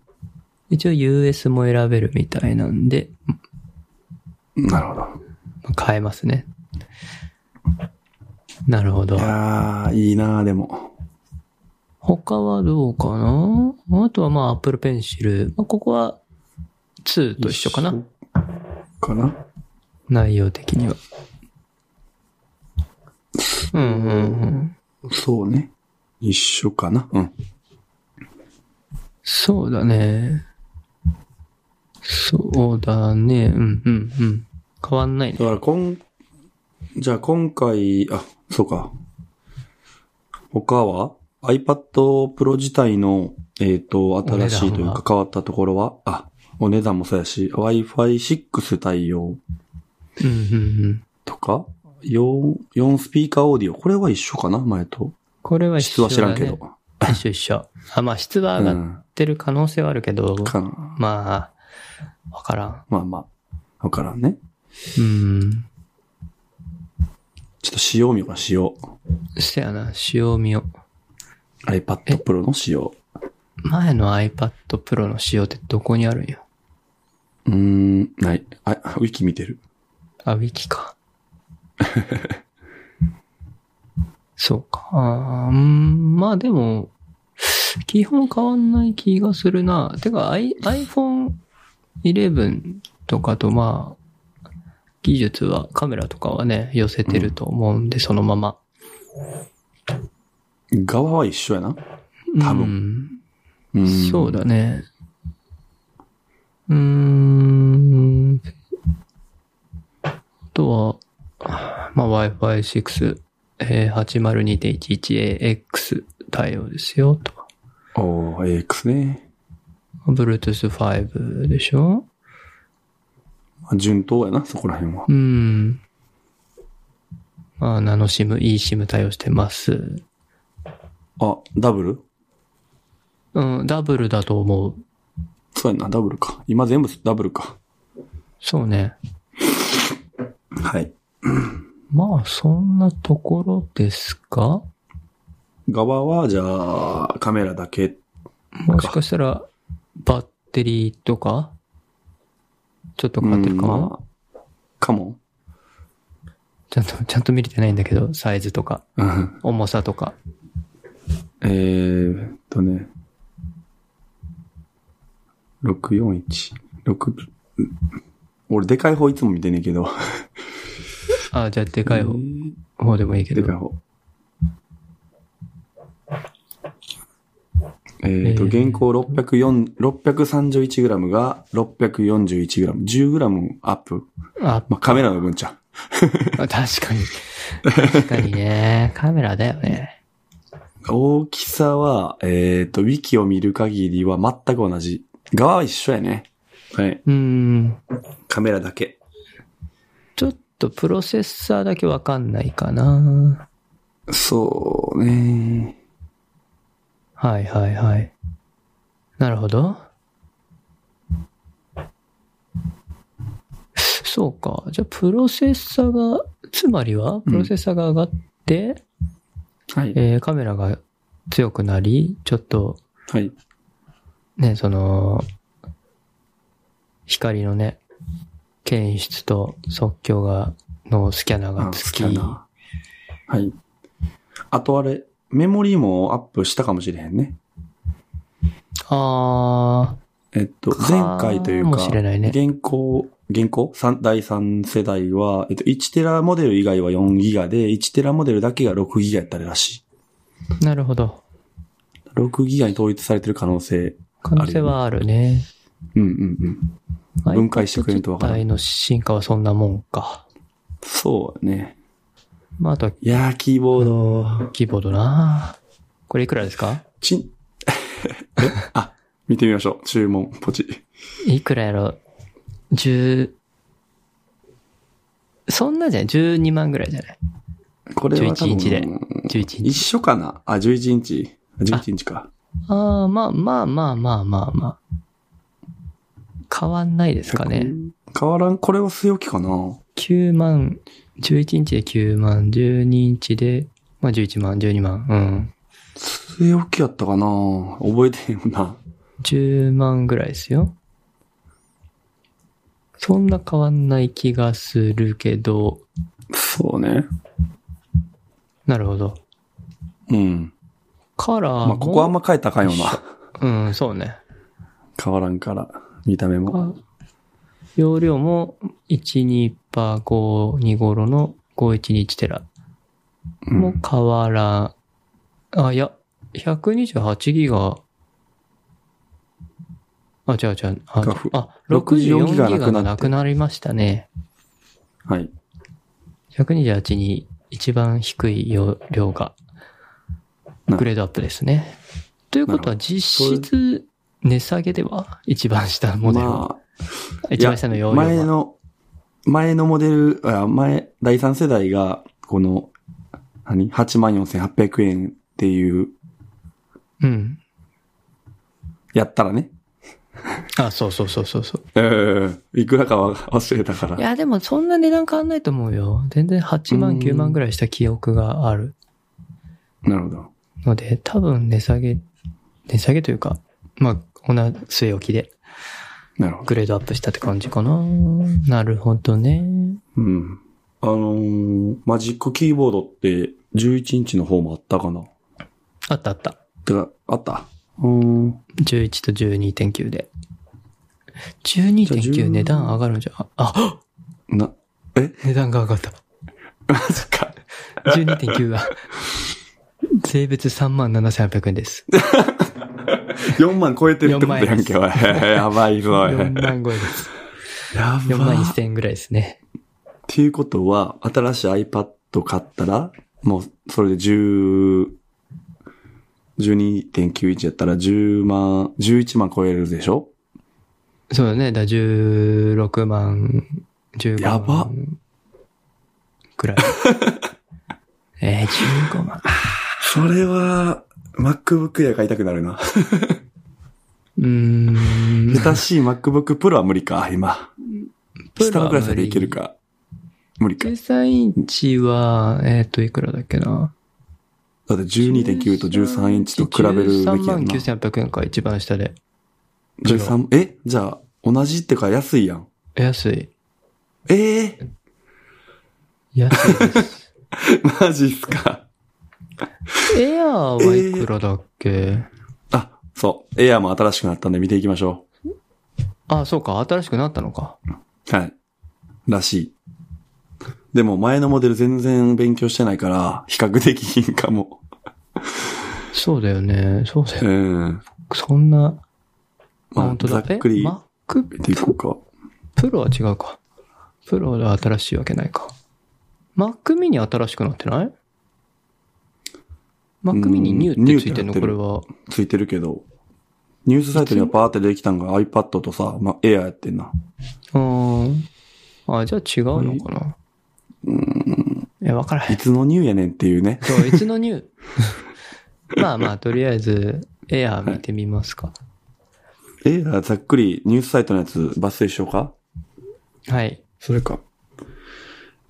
S2: 一応 US も選べるみたいなんで、
S1: なるほど。
S2: まあ買えますね。なるほど
S1: い。やー、いいなーでも。
S2: 他はどうかなあとはまあ Apple Pencil。まあ、ここは2と一緒かな。。
S1: かな
S2: 内容的には。うんうんうん。
S1: そうね。一緒かなうん。
S2: そうだね。そうだね。うんうんうん。変わんないね
S1: だ。から、こん、じゃあ今回、あ、そうか。他は ?iPad Pro 自体の、えっ、と、新しいという
S2: お値段は
S1: か変わったところは、あ、お値段もそうやし、Wi-Fi6 対応
S2: うんうんうん。
S1: とか、4、4スピーカーオーディオ。これは一緒かな前と。
S2: これは
S1: 質
S2: 一緒
S1: は
S2: だ、ね。
S1: 知らんけど。。
S2: 一緒一緒。あ、まあ質は
S1: う
S2: 上がっ
S1: ん。
S2: てる可能性はあるけど、
S1: かな。
S2: まあ、わからん。
S1: まあまあ。わからんね。
S2: うん。
S1: ちょっと仕様見ようか、仕様。
S2: せやな、使用見よう。え
S1: iPad Pro の仕様。
S2: 前の iPad Pro の仕様ってどこにあるんや
S1: うーん、ない。あ、ウィキ見てる。
S2: あ、ウィキか。 そうか。あーうんまあでも、基本変わんない気がするな。てか、I、iPhone 11とかとまあ、技術は、カメラとかはね、寄せてると思うんで、そのまま。
S1: 側は一緒やな。多
S2: 分。
S1: うん
S2: そうだね。うーん。あとは、まあ、Wi-Fi6、えー 802.11AX 対応ですよ、と。
S1: おー、AX ね。
S2: Bluetooth5 でしょ
S1: まあ順当やな、そこら辺は。
S2: うん。まあ、ナノ SIM、eSIM 対応してます。
S1: あ、ダブル
S2: うん、ダブルだと思う。
S1: そうやな、ダブルか。今全部ダブルか。
S2: そうね。
S1: はい。
S2: まあ、そんなところですか
S1: 側は、じゃあ、カメラだけ。
S2: もしかしたら、バッテリーとか、ちょっと変わってるかも、
S1: うんまあかも。
S2: ちゃんと、ちゃんと見れてないんだけど、サイズとか、
S1: うん
S2: 重さとか。
S1: えーっとね。641。6、俺、でかい方いつも見てんねえけど。
S2: あ、じゃあ、でかい方,、方でもいいけ
S1: でかい
S2: ど。
S1: 方。えー、と、
S2: えー
S1: 現行 631g が 641g。10g アップ。
S2: あ、
S1: まあ、カメラの分ちゃ
S2: 確かに。確かにね。カメラだよね。
S1: う。大きさは、えっ、と、ウィキを見る限りは全く同じ。側は一緒やね。はい。
S2: うん。
S1: カメラだけ。
S2: ちょっとプロセッサーだけわかんないかな。
S1: そうね。
S2: はいはいはい。なるほど。そうか。じゃあ、プロセッサーが、つまりは、プロセッサーが上がって、
S1: はい。
S2: えーカメラが強くなり、ちょっと、
S1: はい。
S2: ね、その、光のね、検出と即興が、のスキャナーが
S1: あ
S2: つ
S1: ス
S2: き、
S1: キャナー。はい。あとあれ、メモリーもアップしたかもしれへんね。
S2: あ
S1: えっと、
S2: か
S1: 前回という
S2: も
S1: か、
S2: しれないね
S1: 現行、現行三第3世代は、えっと、1テラモデル以外は4ギガで、1テラモデルだけが6ギガやったらし
S2: ー、なるほど。
S1: い。6ギガに統一されてる可能性。
S2: 可能性はあるね。
S1: うんうんうん。分解してくれるとわかる
S2: iPad 自体の進化はそんなもんか。
S1: そうだね。
S2: まあ、あとは、
S1: いやー、キーボード。
S2: キーボードなこれいくらですか
S1: ちん、 えあ、見てみましょう。注文、ポチ。
S2: いくらやろ十、そんなじゃない ?12 万ぐらいじゃない
S1: これは多分。
S2: 11日で ?11
S1: 一
S2: 日。
S1: 緒かなあ、11日。11日か。
S2: ああ、まあまあまあまあまあまあ。変わんないですかね。
S1: 変わらん、これは据え置きかな
S2: 9万、11日で9万、12日で、まあ11万、12万、うん。
S1: 据え置きやったかな覚えてへんよな。
S2: 10万ぐらいですよ。そんな変わんない気がするけど、
S1: そうね。
S2: なるほど。
S1: うん。
S2: カラーも、
S1: まあ、ここはあんま変えたらあかんよな。
S2: うん、そうね。
S1: 変わらんから。見た目も。
S2: 容量も12パー52頃の511テラ
S1: う
S2: も
S1: ん、
S2: 変わら、ん、あ、いや、128ギガ、あ、違う違う、あ
S1: がふ、
S2: あ64
S1: 64
S2: ギ
S1: ギ
S2: ガ
S1: ガ
S2: が
S1: が
S2: な
S1: な
S2: く
S1: く
S2: なりましたね。
S1: はい。
S2: 128に一番低い容量が、
S1: な
S2: グレードアップですね。ということは実質、値下げでは一番下のモデルは、
S1: まあ
S2: 一番下の容量は。
S1: 前の、前のモデル、あ前、第3世代が、この、何 ?84,800 円っていう、
S2: うん。
S1: やったらね。
S2: あ、そうそうそうそうそう。
S1: うん。いくらかは忘れたか
S2: い
S1: ら。
S2: や、でもそんな値段変わんないと思うよ。全然8万、
S1: うん
S2: 9万ぐらいした記憶がある
S1: なるほど。
S2: ので、多分値下げ、値下げというか、まあ、同じ据え置きで
S1: なるほど。
S2: グレードアップしたって感じかな。なるほどね。
S1: うん。あのーマジックキーボードって11インチの方もあったかな
S2: あったあった。
S1: てか、あったうん。
S2: 11と12.9で。12.9
S1: 10
S2: 値段上がるんじゃ、ああ、
S1: な、え
S2: 値段が上がった。
S1: マジか。
S2: 12.9が。 税別3万7800円です。
S1: 4万超えてるってことやんけ、おい。 やばいぞ、おい。や
S2: 4万超えです。4
S1: ば
S2: 万
S1: い。
S2: 1000円ぐらいですね。
S1: っていうことは、新しい iPad 買ったら、もう、それで10、12.91やったら10万、11万超えるでしょ
S2: そうだね。だ、16万、15万。
S1: やば
S2: く らい。えー、15万。
S1: それは、MacBook Air 買いたくなるな。
S2: うーん。
S1: 新しい MacBook Pro は無理か、今。下のクラスでいけるか。無理か。
S2: 13インチは、えっ、と、いくらだっけな。
S1: だって12.9と13インチと比べるべきや
S2: 13万
S1: んな。
S2: 9800円か、一番下で。
S1: 13、えじゃあ、同じってか安いやん。
S2: 安い。
S1: ええ
S2: 安いです。
S1: マジっすか。
S2: エアーはいくらだっけ、
S1: あ、そう。エアーも新しくなったんで見ていきましょ
S2: あ、そうか。新しくなったのか。
S1: う。はい。らしい。でも前のモデル全然勉強してないから、比較できひんかも。
S2: そうだよね。そうだよ
S1: う
S2: ね。
S1: ん。
S2: そんな、あ
S1: ま
S2: 本
S1: あ、
S2: 当だ
S1: ざっくり
S2: え Mac
S1: 見ていこうか。
S2: プロは違うか。プロで新しいわけないか。Mac mini 新しくなってない ?Mac
S1: うん
S2: mini ニューってついてん
S1: ニューってな
S2: の
S1: って
S2: こ
S1: る
S2: れは。
S1: ついてるけど、ニュースサイトにはパーってできたんが iPad とさ、まあ、エアーやってんな。
S2: うーん。あ、じゃあ違うのかな。え、わからへ
S1: い
S2: ん。
S1: つのニューやねんっていうね。
S2: そう、いつのニュ ーまあまあ、とりあえず、エアー見てみますか。
S1: エアーざっくりニュースサイトのやつ抜粋しようか
S2: はい。
S1: それか。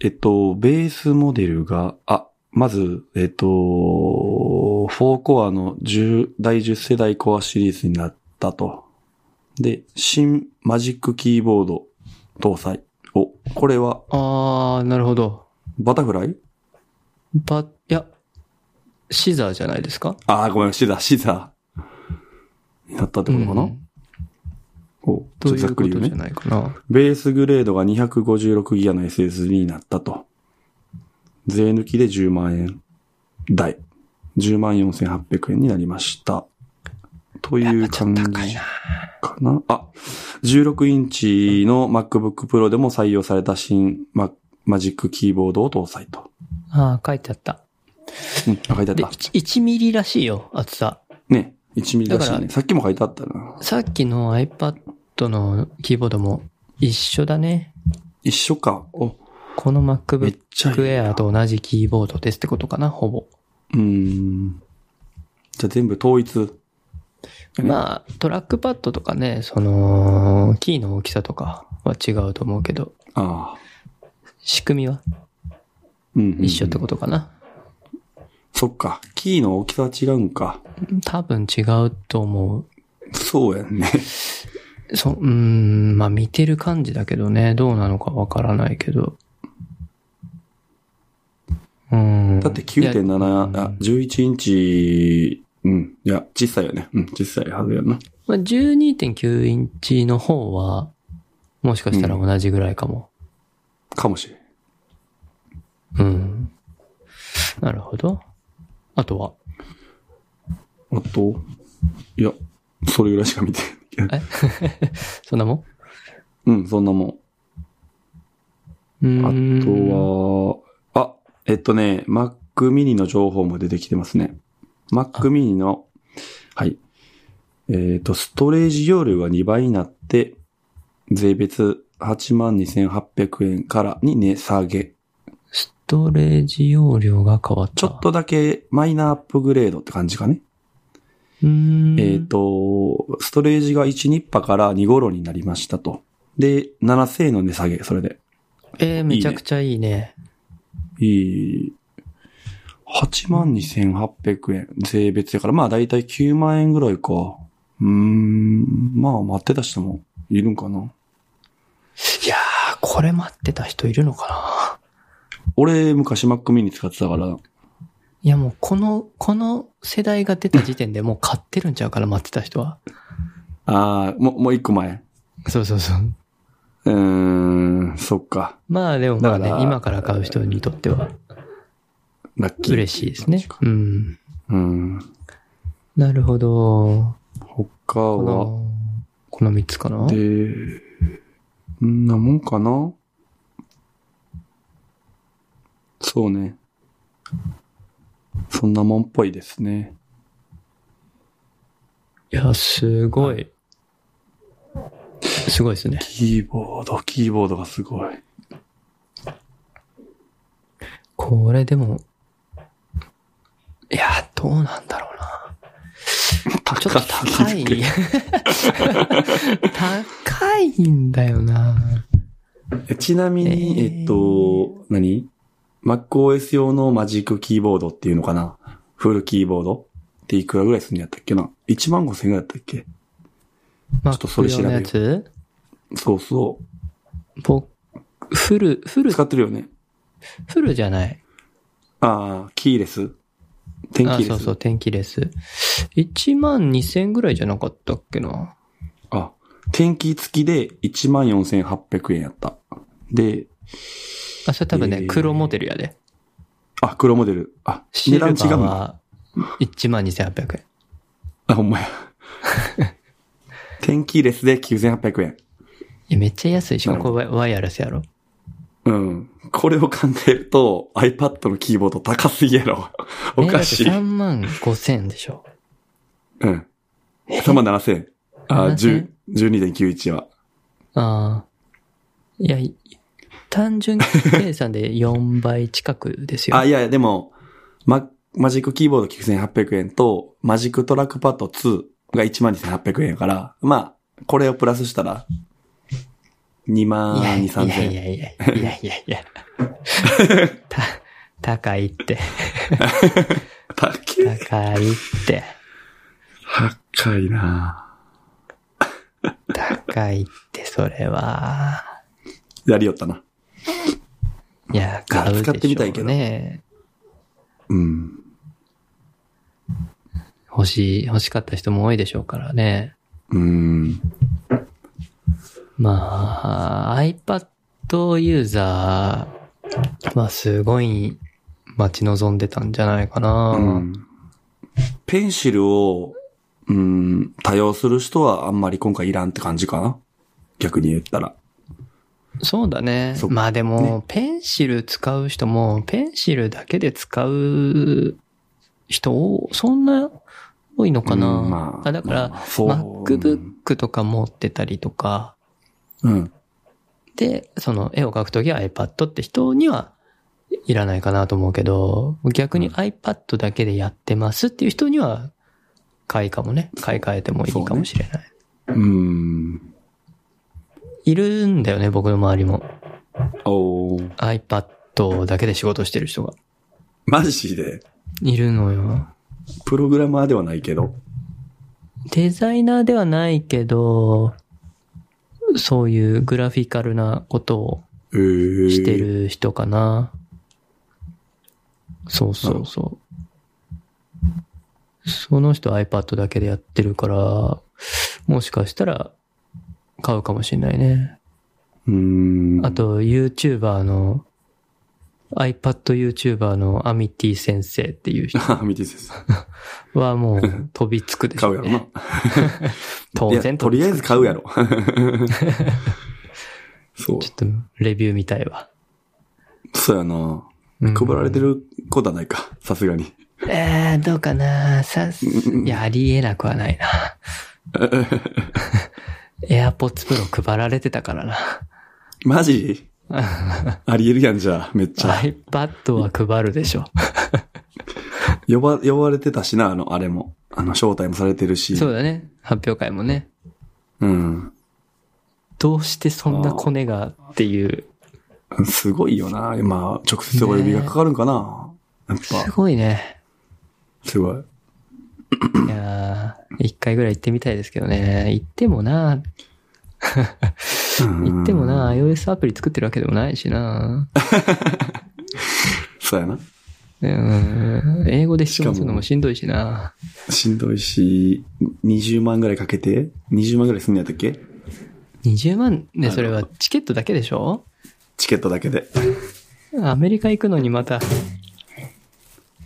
S1: えっと、ベースモデルが、あ、まず、えっと、4コアの10、第10世代コアシリーズになったと。で、新マジックキーボード搭載。お、これは、
S2: あー、なるほど。
S1: バタフライ
S2: ば、いや、シザーじゃないですか
S1: あー、ごめん、シザー、シザー。になったってことかな、
S2: うん
S1: お、ちょ
S2: と
S1: っと
S2: い
S1: ざっく
S2: うこ
S1: り言
S2: と
S1: う
S2: じゃ
S1: ね。
S2: ないかな。
S1: ベースグレードが 256GB の SSD になったと。税抜きで10万円台。104,800円になりました。という感じかな。あ、16インチの MacBook Pro でも採用された新 Mac- マジックキーボードを搭載と。
S2: ああ、書いてあった。
S1: うん、あ書いてあっ
S2: で、
S1: た。
S2: 1, 1ミリらしいよ、厚さ。
S1: ね、1ミリだし
S2: だか
S1: いね。さっきも書いてあったな。
S2: さっきの iPad のキーボードも一緒だね。
S1: 一緒か。お、
S2: この
S1: めっ
S2: MacBook
S1: ちゃいい。
S2: Air と同じキーボードですってことかな、ほぼ。
S1: うーん。じゃあ全部統一。
S2: まあ、トラックパッドとかね、その、キーの大きさとかは違うと思うけど、
S1: ああ。
S2: 仕組みは
S1: うん、うん。
S2: 一緒ってことかな。
S1: そっか。キーの大きさは違うんか。
S2: 多分違うと思
S1: そうやんね。
S2: う。そ、うーん、まあ見てる感じだけどね、どうなのかわからないけど。うーん。
S1: だって
S2: いや
S1: 9.7、あ、11インチ、うん。いや、小さいよね。うん、小さいはずやな。
S2: まあ、12.9インチの方は、もしかしたら同じぐらいかも。
S1: かもしれん。
S2: うん。なるほど。あとは、
S1: あと、いや、それぐらいしか見てない。
S2: えそんなも
S1: うん、そんなもん。
S2: んう
S1: あ
S2: ーん
S1: とは、あ、えっとね、Mac mini の情報も出てきてますね。Mac mini の、はい。えっ、と、ストレージ容量が2倍になって、税別82,800円からに値下げ。
S2: ストレージ容量が変わった。
S1: ちょっ。とだけマイナーアップグレードって感じかね。
S2: うーん。
S1: えっ、と、ストレージが1、2波から2頃になりましたと。で、7000円の値下げ、それで。
S2: えーめちゃくちゃいいね。
S1: いい。82,800円。税別やから、まあだいたい9万円ぐらいか。うーん。まあ待ってた人もいるんかな。
S2: いやー、これ待ってた人いるのかな
S1: 俺、昔 Mac mini 使ってたから、
S2: いやもうこの、この世代が出た時点でもう買ってるんちゃうから待ってた人は。
S1: ああ、もう、もう一個前。
S2: そうそうそう。
S1: うーん、そっか。
S2: まあでもまあね
S1: だから
S2: 今から買う人にとっては
S1: ラッキー。
S2: 嬉しいですね。うん。
S1: うん。
S2: なるほど。
S1: 他
S2: こ
S1: は、
S2: の、この3つかな
S1: で、んなもんかなそうね。そんなもんっぽいですね。
S2: いや、すごい。すごいですね。
S1: キーボード、キーボードがすごい。
S2: これでも、いや、どうなんだろうな。ちょっと高い。高いんだよな。
S1: えちなみに、
S2: え
S1: え
S2: ー
S1: っと、何 ?MacOS 用のマジックキーボードっていうのかなフルキーボードっていくらぐらいするんやったっけな ?1 万5千円ぐらいだったっけ
S2: まあ、
S1: ょっとそれ調べよう
S2: のやつ
S1: そうそ
S2: ぼフル、フ
S1: う。
S2: ル
S1: 使、ってるよね。
S2: フルじゃない。
S1: ああ、キーレス。点キー
S2: あ、
S1: レス。
S2: そうそう、天気レス。1万2000ぐらいじゃなかったっけな。
S1: あ、天気付きで14,800円やった。で、
S2: あ、それ多分
S1: え
S2: ね、
S1: ー
S2: 黒モデルやで。
S1: あ、黒モデル。あ、
S2: シ
S1: 値段
S2: ルバ
S1: 違
S2: ー
S1: うんだ。
S2: は1万2800円。
S1: あ、ほん まや。天気レスで9,800円。
S2: いや、めっちゃ安いし、
S1: なるほ
S2: ここワイワイヤレスやろ。
S1: うん。これを考えると iPad のキーボード高すぎやろ。おかしい
S2: ねだって。3万5000円でしょ。
S1: うん。3万7000円。あ、
S2: 7000
S1: 10 12.91は。
S2: ああ。いや、い単純計算で4倍近くですよ。
S1: あ、いやいや、でも、マ、マジックキーボード9800円と、マジックトラックパッド2が12800円やから、まあ、これをプラスしたら、2万
S2: いや
S1: 2、
S2: い
S1: 3000
S2: やい
S1: 円。
S2: やいやいやいやい や。た、高いって。
S1: 高い。
S2: 高いって。
S1: 高いな
S2: 高いって、それは。
S1: やりよったな。
S2: いや、買うでしょう、ね。
S1: 使ってみたいけどうん。
S2: 欲しい、欲しかった人も多いでしょうからね。
S1: うん。
S2: まあ、iPad ユーザーはすごい待ち望んでたんじゃないかな。
S1: うんペンシルを、うん、多用する人はあんまり今回いらんって感じかな。逆に言ったら。
S2: そうだね
S1: そ。う
S2: まあでも、ペンシル使う人も、ペンシルだけで使う人を、そんな多いのかな。
S1: うんまあ
S2: あだから、
S1: まあそう
S2: MacBook とか持ってたりとか、
S1: うん。
S2: で、その絵を描くときは iPad って人にはいらないかなと思うけど、逆に
S1: うん
S2: iPad だけでやってますっていう人には、買いかもね。買い替えてもいいかもしれない。
S1: うん。
S2: いるんだよね、僕の周りも。
S1: おー
S2: iPad だけで仕事してる人が。
S1: マジで。
S2: いるのよ。
S1: プログラマーではないけど。
S2: デザイナーではないけど、そういうグラフィカルなことを
S1: えー
S2: して。る人かな。そうそうそう。その人 iPad だけでやってるから、もしかしたら買うかもしれないね。
S1: うん。
S2: あ、と YouTuber の、iPad YouTuber のアミティ先生っていう人
S1: あ、見てです。
S2: はもう飛びつくでし
S1: 買
S2: ょ
S1: う
S2: う
S1: や
S2: ね、
S1: ろな。
S2: 当
S1: いや
S2: 然
S1: と
S2: 飛
S1: り
S2: びつ
S1: あえ
S2: く
S1: ず買うや ろ。そう。
S2: ちょっとレビュー見たいわ。
S1: そうやな。
S2: うん
S1: 配られてることはないか。さすがに。
S2: えー、どうかなさす、いや、ありえなくはないな。AirPods Pro 配られてたからな。
S1: マ ジありえるやんじゃあ、めっちゃ。
S2: iPad は配るでしょ。
S1: 呼ば、呼ばれてたしな、あの、あれも。あの、招待もされてるし。
S2: そう
S1: う。
S2: だね。発表会もね。
S1: ん。
S2: どうしてそんなコネがっていう。
S1: すごいよな。今、直接お呼びがかかるんかな。やっ
S2: す
S1: ぱ、
S2: ごいね。
S1: すごい。
S2: いやー一回ぐらい行ってみたいですけどね。行ってもな
S1: うん
S2: 行ってもな iOS アプリ作ってるわけでもないしな
S1: そうやな。
S2: うん。英語で質問するのもしんどいしな
S1: しんどいし、20万ぐらいかけて、20万ぐらいすんのやったっけ
S2: 20万ね、それはチケットだけでしょ
S1: チケットだけで。
S2: アメリカ行くのにまた、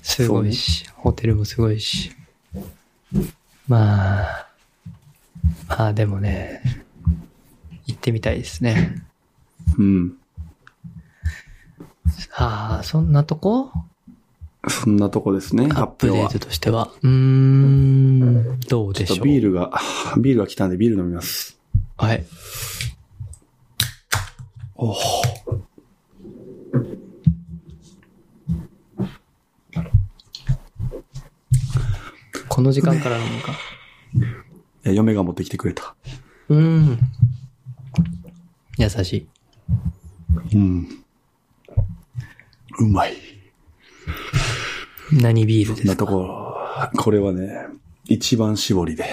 S2: すごいし、ホテルもすごいし。まあ、まあでもね、行ってみたいですね。
S1: うん。
S2: ああ、そんなとこ
S1: そんなとこですね、
S2: ア
S1: 発
S2: ップ
S1: 表
S2: デ
S1: は
S2: ー。トとしては。うーん、どうで
S1: ちょっ
S2: し
S1: と
S2: ょ
S1: ビー
S2: う。
S1: ルが、 あビールが来たんでビール飲みます。
S2: はい。
S1: お
S2: この時間からなのか。
S1: 嫁が持ってきてくれた。
S2: うーん。優しい。
S1: うん。うまい。
S2: 何ビールです
S1: な
S2: か
S1: ところ、これはね、一番絞りで。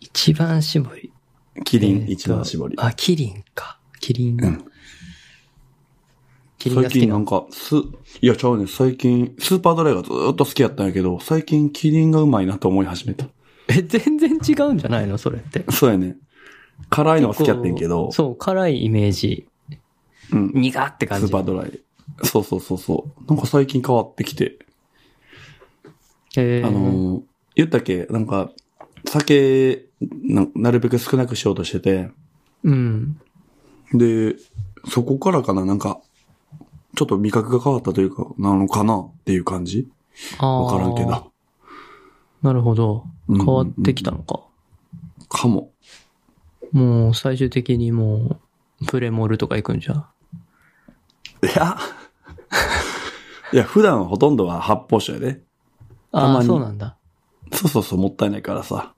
S2: 一番搾り。
S1: キリ
S2: えー
S1: ン
S2: と
S1: 一番絞り。
S2: あ、キリンか。キリン。
S1: うん
S2: キリンが好
S1: 最
S2: き
S1: 近
S2: な
S1: な
S2: の
S1: んか、す、いやちゃうね、最近、スーパードライがずーっと好きやったんやけど、最近キリンがうまいなと思い始めた。
S2: え、全然違うんじゃないのそれって。
S1: そうやね。辛いのが好きやってんけど、
S2: そう、辛いイメージ。
S1: うん
S2: 苦って感
S1: ス
S2: じ。
S1: ーパードライ。そうそうそうそう。なんか最近変わってきて、
S2: えー、
S1: あのー、言ったっけなんか、酒な、なるべく少なくしようとしてて、
S2: うん。
S1: で、そこからかななんか、ちょっと味覚が変わったというか、なのかなっていう感じ
S2: ああ。
S1: わからんけ。ど。
S2: なるほど。
S1: うんうん
S2: 変
S1: うん
S2: わってきたのか。
S1: かも。
S2: もう、最終的にもう、プレモルとか行くんじゃん。
S1: いや。 いや、普段ほとんどは発泡酒やで。た
S2: あ
S1: ま
S2: あ、
S1: に
S2: そうなんだ。
S1: そうそうそう、もったいないからさ。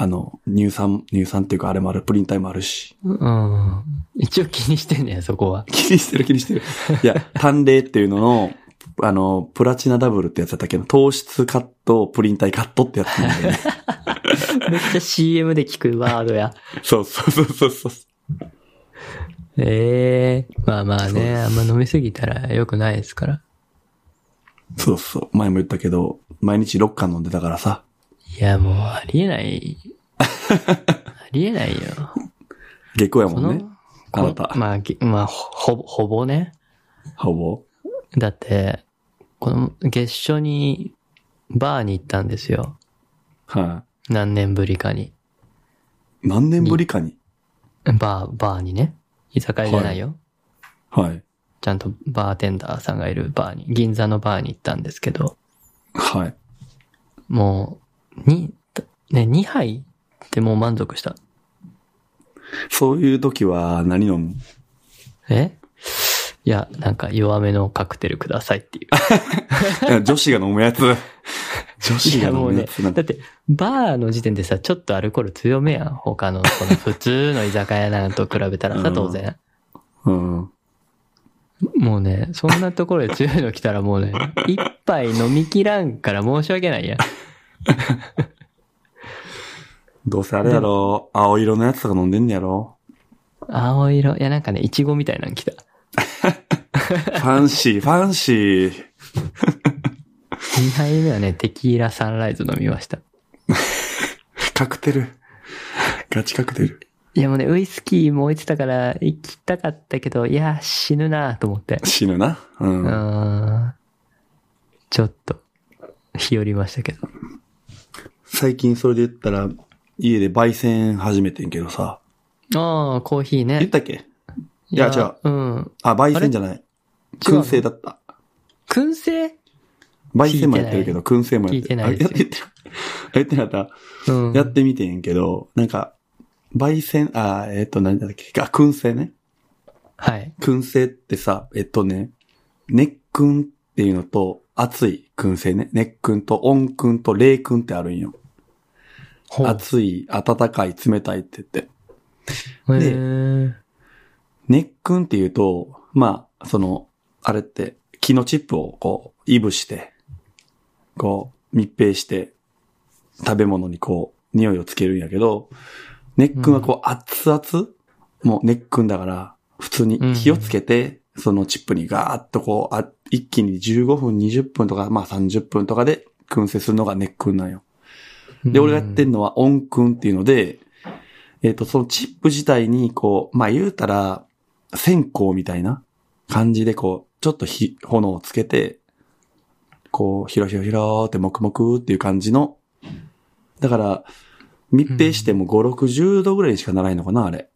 S1: あの、乳酸、乳酸っていうかあれもある、プリン体もあるし。
S2: うん。一応気にしてんねそこは。
S1: 気にしてる気にしてる。いや、淡麗っていうのの、あの、プラチナダブルってやつだったっけど、糖質カット、プリン体カットってやつなんだよね。
S2: めっちゃ CM で聞くワードや。
S1: そうそうそうそうそう。
S2: ええまあまあ
S1: そうで
S2: ね、あんま飲みすぎたら良くないですから。
S1: そうそう。前も言ったけど、毎日6缶飲んでたからさ。
S2: いや、もうあり えない。ありえないよ。
S1: 下校や
S2: こ
S1: も
S2: の、
S1: んね。あなた
S2: こまあ、ぎまあ、ほぼ、ほぼね。
S1: ほぼ。
S2: だって、この月初にバーに行ったんですよ。
S1: はい、
S2: 何年ぶりかに。
S1: 何年ぶりかに。
S2: バー、バーにね。居酒屋じゃないよ。
S1: はい。
S2: ちゃんとバーテンダーさんがいるバーに、銀座のバーに行ったんですけど、
S1: はい。
S2: もう、に、ね、2杯ってもう満足した。
S1: そういう時は何飲む
S2: えいや、なんか弱めのカクテルくださいっていう。
S1: い や女子が飲むやつ。女子
S2: い
S1: が
S2: や
S1: 飲
S2: もう
S1: むや
S2: ね
S1: つなん、て
S2: だって、バーの時点でさ、ちょっとアルコール強めやん。他の、この普通の居酒屋なんと比べたら
S1: う
S2: さ、
S1: ん
S2: 当然。
S1: うん。
S2: もうね、そんなところで強いの来たらもうね、一杯飲みきらんから申し訳ないやん。
S1: どうせあれやろ、青色のやつとか飲んでんねやろ。
S2: 青色。いや、なんかね、イチゴみたいなの来た。
S1: ファン シー、ファンシー。
S2: 2杯目はね、テキーラサンライズ飲みました。
S1: カクテル。ガチカクテル。
S2: いやもうね、ウイスキーも置いてたから、行きたかったけど、いや、死ぬなと思って。
S1: 死ぬな。う。
S2: うんーん。ちょっと、日和りましたけど。
S1: 最近それで言ったら、家で焙煎始めてんけどさ。
S2: ああ、コーヒー
S1: 言っ
S2: ね。
S1: たっけいや違う。
S2: うん。
S1: あ、焙煎じゃない。燻製だった。
S2: 燻製
S1: 焙煎もやってるけど、燻製もやってる。
S2: 聞いてないですよ
S1: あやってやってなかった。
S2: うん。
S1: やってみてんけど、なんか、焙煎、あ、えっ、と、何だっけ、あ、燻製ね。
S2: はい。
S1: 燻製ってさ、えっとね、熱燻っていうのと、熱い燻製ね。熱燻と温燻と冷燻ってあるんよ。
S2: ほう。
S1: 熱い、温かい、冷たいって言って。
S2: へ
S1: で
S2: ー
S1: 熱燻っていうと、まあ、その、あれって、木のチップをこう、いぶして、こう、密閉して、食べ物にこう、匂いをつけるんやけど、熱燻はこう、熱々、もう熱燻だから、普通に火をつけて、そのチップにガーッとこうあ、一気に15分、20分とか、まあ30分とかで燻製するのが熱燻なんよ。で、俺がやってるのは音訓っていうので、えっ、と、そのチップ自体に、こう、まあ、言うたら、線香みたいな感じで、こう、ちょっと火、炎をつけて、こう、ひろひろひろーって、もくもくっていう感じの、だから、密閉しても5、60度ぐらいにしかならないのかな、あれ。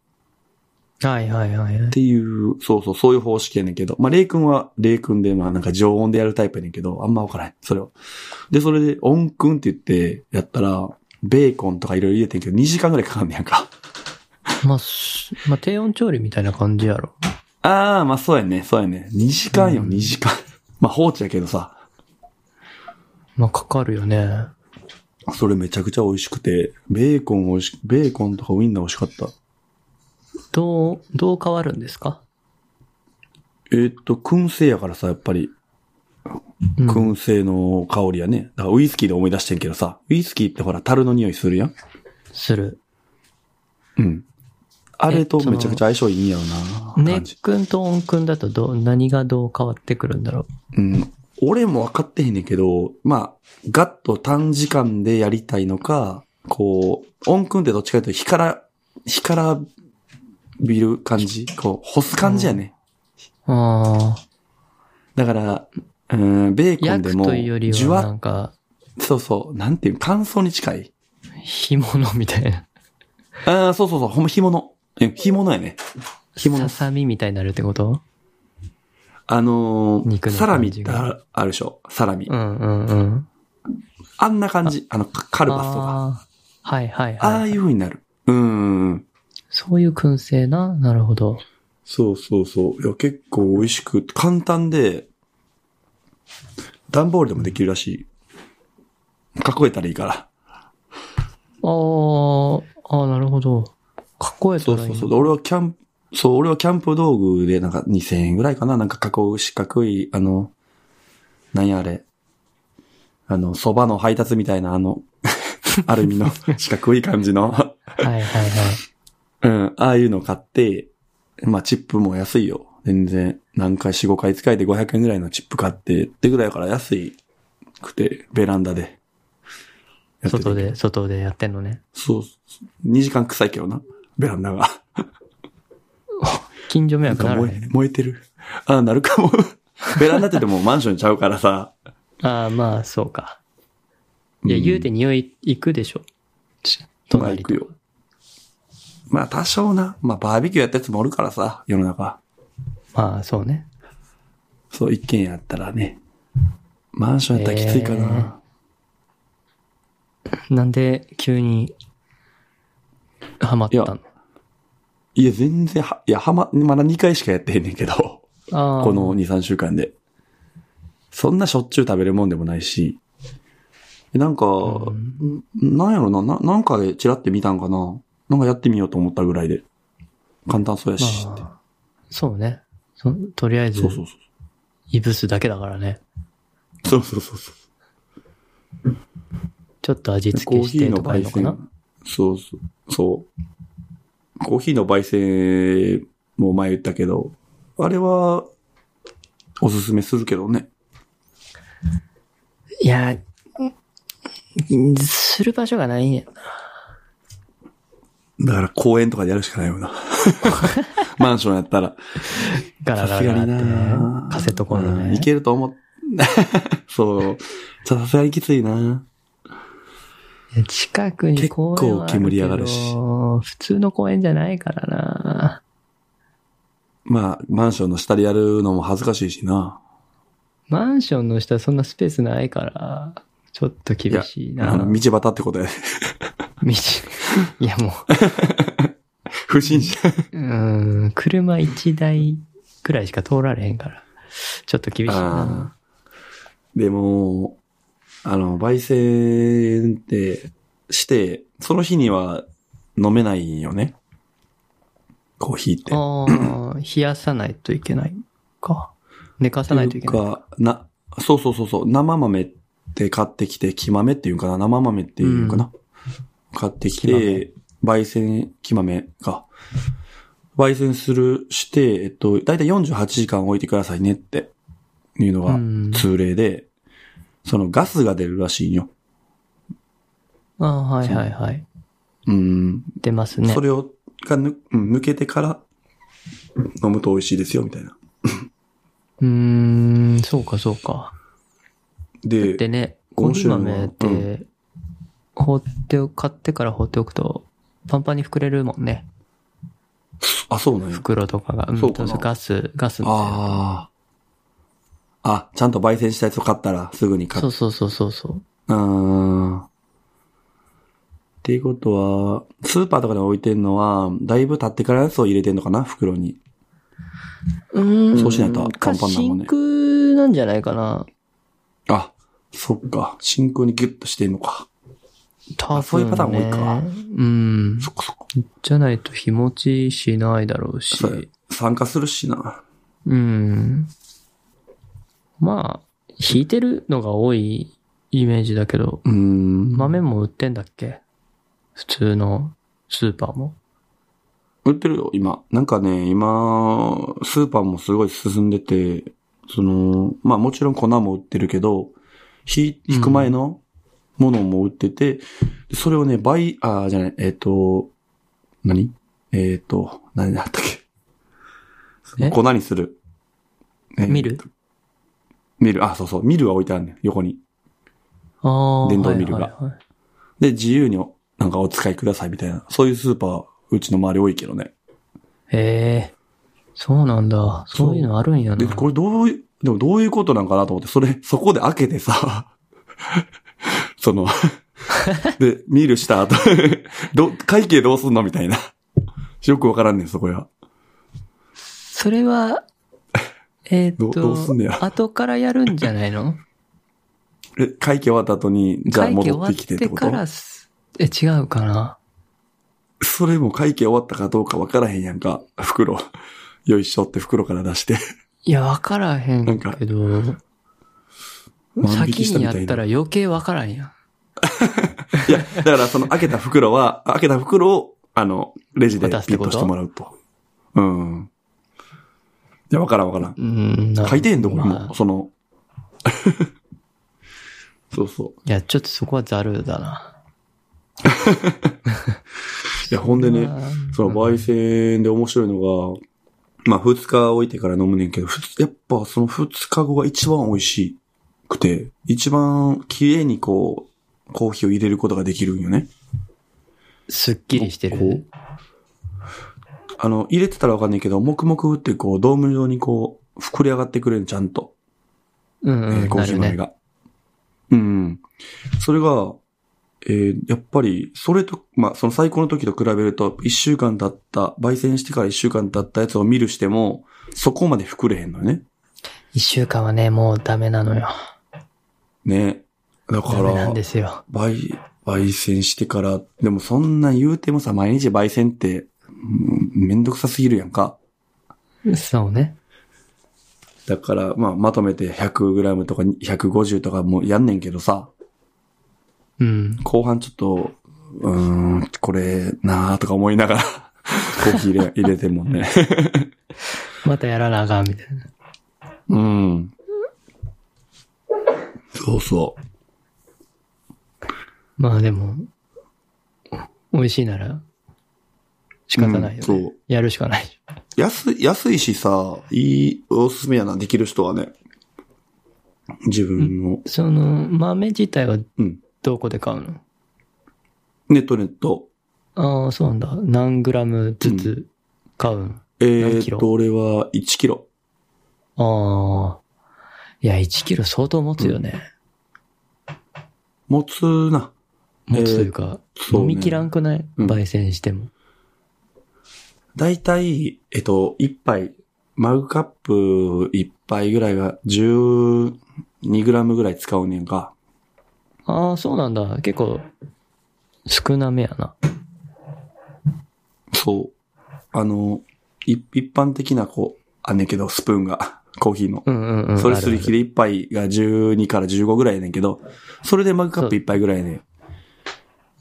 S2: うん。はいはいはいはい
S1: っ。ていう、そうそう、そういう方式やねんけど、まあ、レイ君はレイ君で、まあ、なんか常温でやるタイプやねんけど、あんまわからない。それを。で、それで、温君って言って、やったら、ベーコンとかいろいろ入れてんけど、2時間ぐらいかかんねやんか。
S2: まあ、すまあ、低温調理みたいな感じやろ。
S1: あー、まあ、そうやね、そうやね。2時間よ、
S2: うん
S1: 2時間。 まあ、放置やけどさ、
S2: まあ、かかるよね。
S1: それめちゃくちゃ美味しくて、ベーコン美味し、ベーコンとかウインナー美味しかった。
S2: どう、どう変わるんですか
S1: えーっと、燻製やからさ、やっぱり、
S2: うん
S1: 燻製の香りやね。だからウイスキーで思い出してんけどさ、ウイスキーってほら、樽の匂いするやん。
S2: する。
S1: うん。あれと
S2: えその
S1: めちゃくちゃ相性いいんやろな。
S2: ね
S1: 感
S2: っ
S1: じ
S2: くんとおんくんだとどう、何がどう変わってくるんだろ
S1: うん。俺も分かってへんねんけど、まあ、ガッと短時間でやりたいのか、こう、音くんってどっちかというと、火から、火からびる感じこう、干す感じやね。
S2: う。ああ。
S1: だから、うん、ベーコン
S2: 焼
S1: で
S2: く
S1: も、
S2: というより
S1: じゅ
S2: は、な
S1: わ
S2: んか、
S1: そうそう、なんていう、乾燥に近い。
S2: 干物みたいな。
S1: ああ、そうそうそう、ほんま干物。うん干物やね。干物
S2: ささみみたいになるってこと
S1: あのー
S2: 肉の
S1: サラミ
S2: 感
S1: って
S2: じが
S1: ああるでしょサラミ。
S2: うんうんうん。
S1: あんな感じ。あの、カカルパスとか。
S2: あーはいはい
S1: あ
S2: は
S1: あ
S2: い。
S1: いう風になる。うん。
S2: そういう燻製な。なるほど。
S1: そうそうそう。いや、結構美味しく、簡単で、段ボールでもできるらしい。囲えたらいいから。
S2: あーあー、なるほど。かっこえた
S1: そう
S2: らい
S1: そ
S2: いな
S1: うそう。で俺はキャンプ、そう、俺はキャンプ道具でなんか2000円ぐらいかななんか囲う四角い、あの、なんやあれ。あの、蕎麦の配達みたいな、あの、 アルミの四角い感じの。
S2: はいはいはい。
S1: うん、ああいうの買って、まあチップも安いよ。全然、何回4、5回使えて500円ぐらいのチップ買って、ってぐらいだから安いくて、ベランダで。やってて
S2: 外。で、外でやってんのね。
S1: そう。2時間臭いけどな。ベランダが。
S2: 近所迷
S1: なん
S2: 惑
S1: か
S2: なら
S1: 燃
S2: へ
S1: え
S2: ん。
S1: 燃えてる。ああ、なるかも。 ベランダってでもマンションちゃうからさ。
S2: ああ、まあ、そうか。いや、
S1: うん
S2: 言うて匂い行くでしょ。
S1: まあ行くよ。まあ多少な。まあバーベキューやったやつもおるからさ、世の中。
S2: まあ、そうね。
S1: そう、一軒家やったらね。マンションやったらきついかな。
S2: なんで急にハマった
S1: い
S2: の
S1: いや、全然は、いや、はま、まだ2回しかやってへんねんけど。
S2: ああ
S1: この2、3週間で。そんなしょっちゅう食べるもんでもないし。なんか、
S2: うん
S1: なんやろな、な、なんかでチラって見たんかな。なんかやってみようと思ったぐらいで。簡単そうやし。って
S2: まあ、そうね。そとりあえず
S1: そう、そうそう。
S2: いぶすだけだからね。
S1: そうそうそうそう。
S2: ちょっと味
S1: で
S2: 付けしてとかいいのかな。
S1: そうそう。そう。コーヒーの焙煎も前言ったけど、あれは、おすすめするけどね。
S2: いや、んする場所がないねん
S1: だ
S2: な。
S1: から公園とかでやるしかないよ な。マンションやったら。
S2: ガラガラガラってね。カセットコンロ
S1: うん
S2: ね
S1: い。けると 思っ、そう。さすがにきついな。
S2: いや近くに公園はあるけど
S1: 結構煙上がるし
S2: 普通の公園じゃないからな。
S1: まあ、マンションの下でやるのも恥ずかしいしな。
S2: マンションの下そんなスペースないから、ちょっと厳しいな。
S1: あの、道端ってことや。
S2: 道。いやも
S1: 不審者。
S2: う、うーん、車1台くらいしか通られへんから、ちょっと厳しいな。
S1: あーでも、あの、焙煎ってして、その日には飲めないよね。コーヒーって。
S2: ああ、冷やさないといけないか。寝かさないといけない。
S1: か、な、そうそうそうそう、生豆って買ってきて、木豆っていうんかな、生豆っていうんかな。買ってきて、焙煎、木豆か。焙煎する、して、えっと、だいたい48時間置いてくださいねって、いうの
S2: う
S1: が
S2: ん
S1: 通例で、そのガスが出るらしいんよ。
S2: ああ、はいはいはい。
S1: うん。
S2: 出ますね
S1: そ。れを、がぬ、うん抜けてから、飲むと美味しいですよ、みたいな。
S2: うーん、そうかそうか。
S1: で、
S2: でね、コー
S1: 今
S2: ヒー
S1: 週の
S2: 豆って、放っておく、買ってから放っておくと、パンパンに膨れるもんね。
S1: あ、そうなんや。
S2: 袋とかが。ん
S1: そうかな
S2: うガス、ガスの
S1: ああ。あ、ちゃんと焙煎したやつを買ったらすぐに
S2: せい
S1: 買。
S2: そううそうそうそうそ
S1: う
S2: う。
S1: ーん。っていうことは、スーパーとかで置いてんのは、だいぶ経ってからのやつを入れてんのかな袋に。
S2: うん
S1: そうしないとパンパンなもんね
S2: 真空なんじゃないかな。
S1: あ、そっか。真空にギュッとしてんのか。
S2: 多分、ね。
S1: そういうパターン多いか
S2: うん。
S1: そっかそっか。
S2: じゃないと日持ちしないだろうし
S1: そ。う酸化するしな。
S2: うん。まあ、引いてるのが多いイメージだけど、
S1: うーん。
S2: 豆も売ってんだっけ普通のスーパーも。
S1: 売ってるよ、今。なんかね、今、スーパーもすごい進んでて、その、まあもちろん粉も売ってるけど、ひ引く前のものも売ってて、でそれをね、倍、あーじゃない、えっ、と、何えっ、と、何だったっけ
S2: え
S1: 粉にする。えー
S2: ミル
S1: ミル、あ、そうそう、ミルは置いてあるねん、横に。
S2: ああ。
S1: 電動ミルが
S2: はいはいはい
S1: で、自由におなんかお使いくださいみたいな。そういうスーパー、うちの周り多いけどね。
S2: へえ。そうなんだ。
S1: そう
S2: そういうのあるんやな。
S1: で、これどういう、でもどういうことなんかなと思って、それ、 そこで開けてさ、 その、 で、ミールした後、 ど、会計どうすんのみたいな。 よくわからんねん、そこは。
S2: それ は、えーっ
S1: どどうすんねや
S2: と、後からやるんじゃないの
S1: え、会計終わった後に、 じゃあ
S2: 会計終
S1: 戻
S2: わ
S1: っ
S2: って
S1: きてって
S2: て
S1: こ
S2: から
S1: と
S2: す、え、違うかな
S1: それも会計終わったかどうかわからへんやんか。袋、 よいしょって袋から出して。
S2: いや、わからへん
S1: なんか
S2: けど、
S1: 万引き
S2: 先
S1: した
S2: に
S1: み
S2: や
S1: たい
S2: った
S1: な。
S2: ら余計わからんやん。
S1: いや、だからその開けた袋は、開けた袋を、あの、レジでピ
S2: 渡すって
S1: ッ
S2: こと
S1: としてもらうと。うん。いや、わからんわからん。
S2: うん、な
S1: 書いてへんどこに
S2: まあ
S1: も、そ の。そうそう。
S2: いや、ちょっとそこはざるだな。
S1: いや、ほんでね、
S2: うん
S1: その焙煎で面白いのが、まあ、二日置いてから飲むねんけど、ふつやっぱその二日後が一番美味しくて、一番綺麗にこう、コーヒーを入れることができるんよね。
S2: すっきりして
S1: こう
S2: る。
S1: あの、入れてたらわかんないけど、もくもくってこう、ドーム状にこう、膨れ上がってくれる、ちゃんと。
S2: うん、
S1: え
S2: う
S1: ー
S2: ん、
S1: コー
S2: な
S1: ヒー
S2: る
S1: 豆
S2: ね。
S1: が。うん。それが、えーやっぱり、それと、まあ、その最高の時と比べると、一週間経った、焙煎してから一週間経ったやつを見るしても、そこまで膨れへんのよね。
S2: 一週間はね、もうダメなのよ。
S1: ね。だか
S2: ダメな
S1: ら
S2: ん、ですよ。
S1: 焙、焙煎してから、でもそんなん言うてもさ、毎日焙煎って、うんめんどくさすぎるやんか。
S2: そうね。
S1: だから、まあ、まとめて 100g とか150とかもうやんねんけどさ、
S2: うん。
S1: 後半ちょっと、うーん、これなーとか思いながら、 コーヒー入れ入れてんもんね。
S2: またやらなあかん、みたいな。
S1: うん。そうそ
S2: まあでも、美味しいなら、仕方ないよね。
S1: うんそう
S2: やるしかない。
S1: う。安い、安いしさ、いい、おすすめやな、できる人はね。自分の、
S2: その、豆自体は
S1: うん。
S2: どこで買うの
S1: ネットネット。
S2: ああ、そうなんだ。何グラムずつ買うの、
S1: え
S2: 何
S1: ー、っ
S2: キロ
S1: と、俺は1キロ。
S2: ああ。いや、1キロ相当持つよね。
S1: 持つな。
S2: 持つというか、
S1: そうね
S2: 飲みきらんくない、
S1: うん
S2: 焙煎しても。
S1: だいたい、えっと、1杯、マグカップ1杯ぐらいが 12g ぐらい使うねんか。
S2: ああ、そうなんだ。結構、少なめやな。
S1: そう。あの、い一般的なこう、あんねんけど、スプーンが、 コーヒーの
S2: う。んうんうん。
S1: それすり切
S2: り。
S1: り1杯が12から15ぐらいやねんけど、それでマグカップ1杯ぐらいやねん。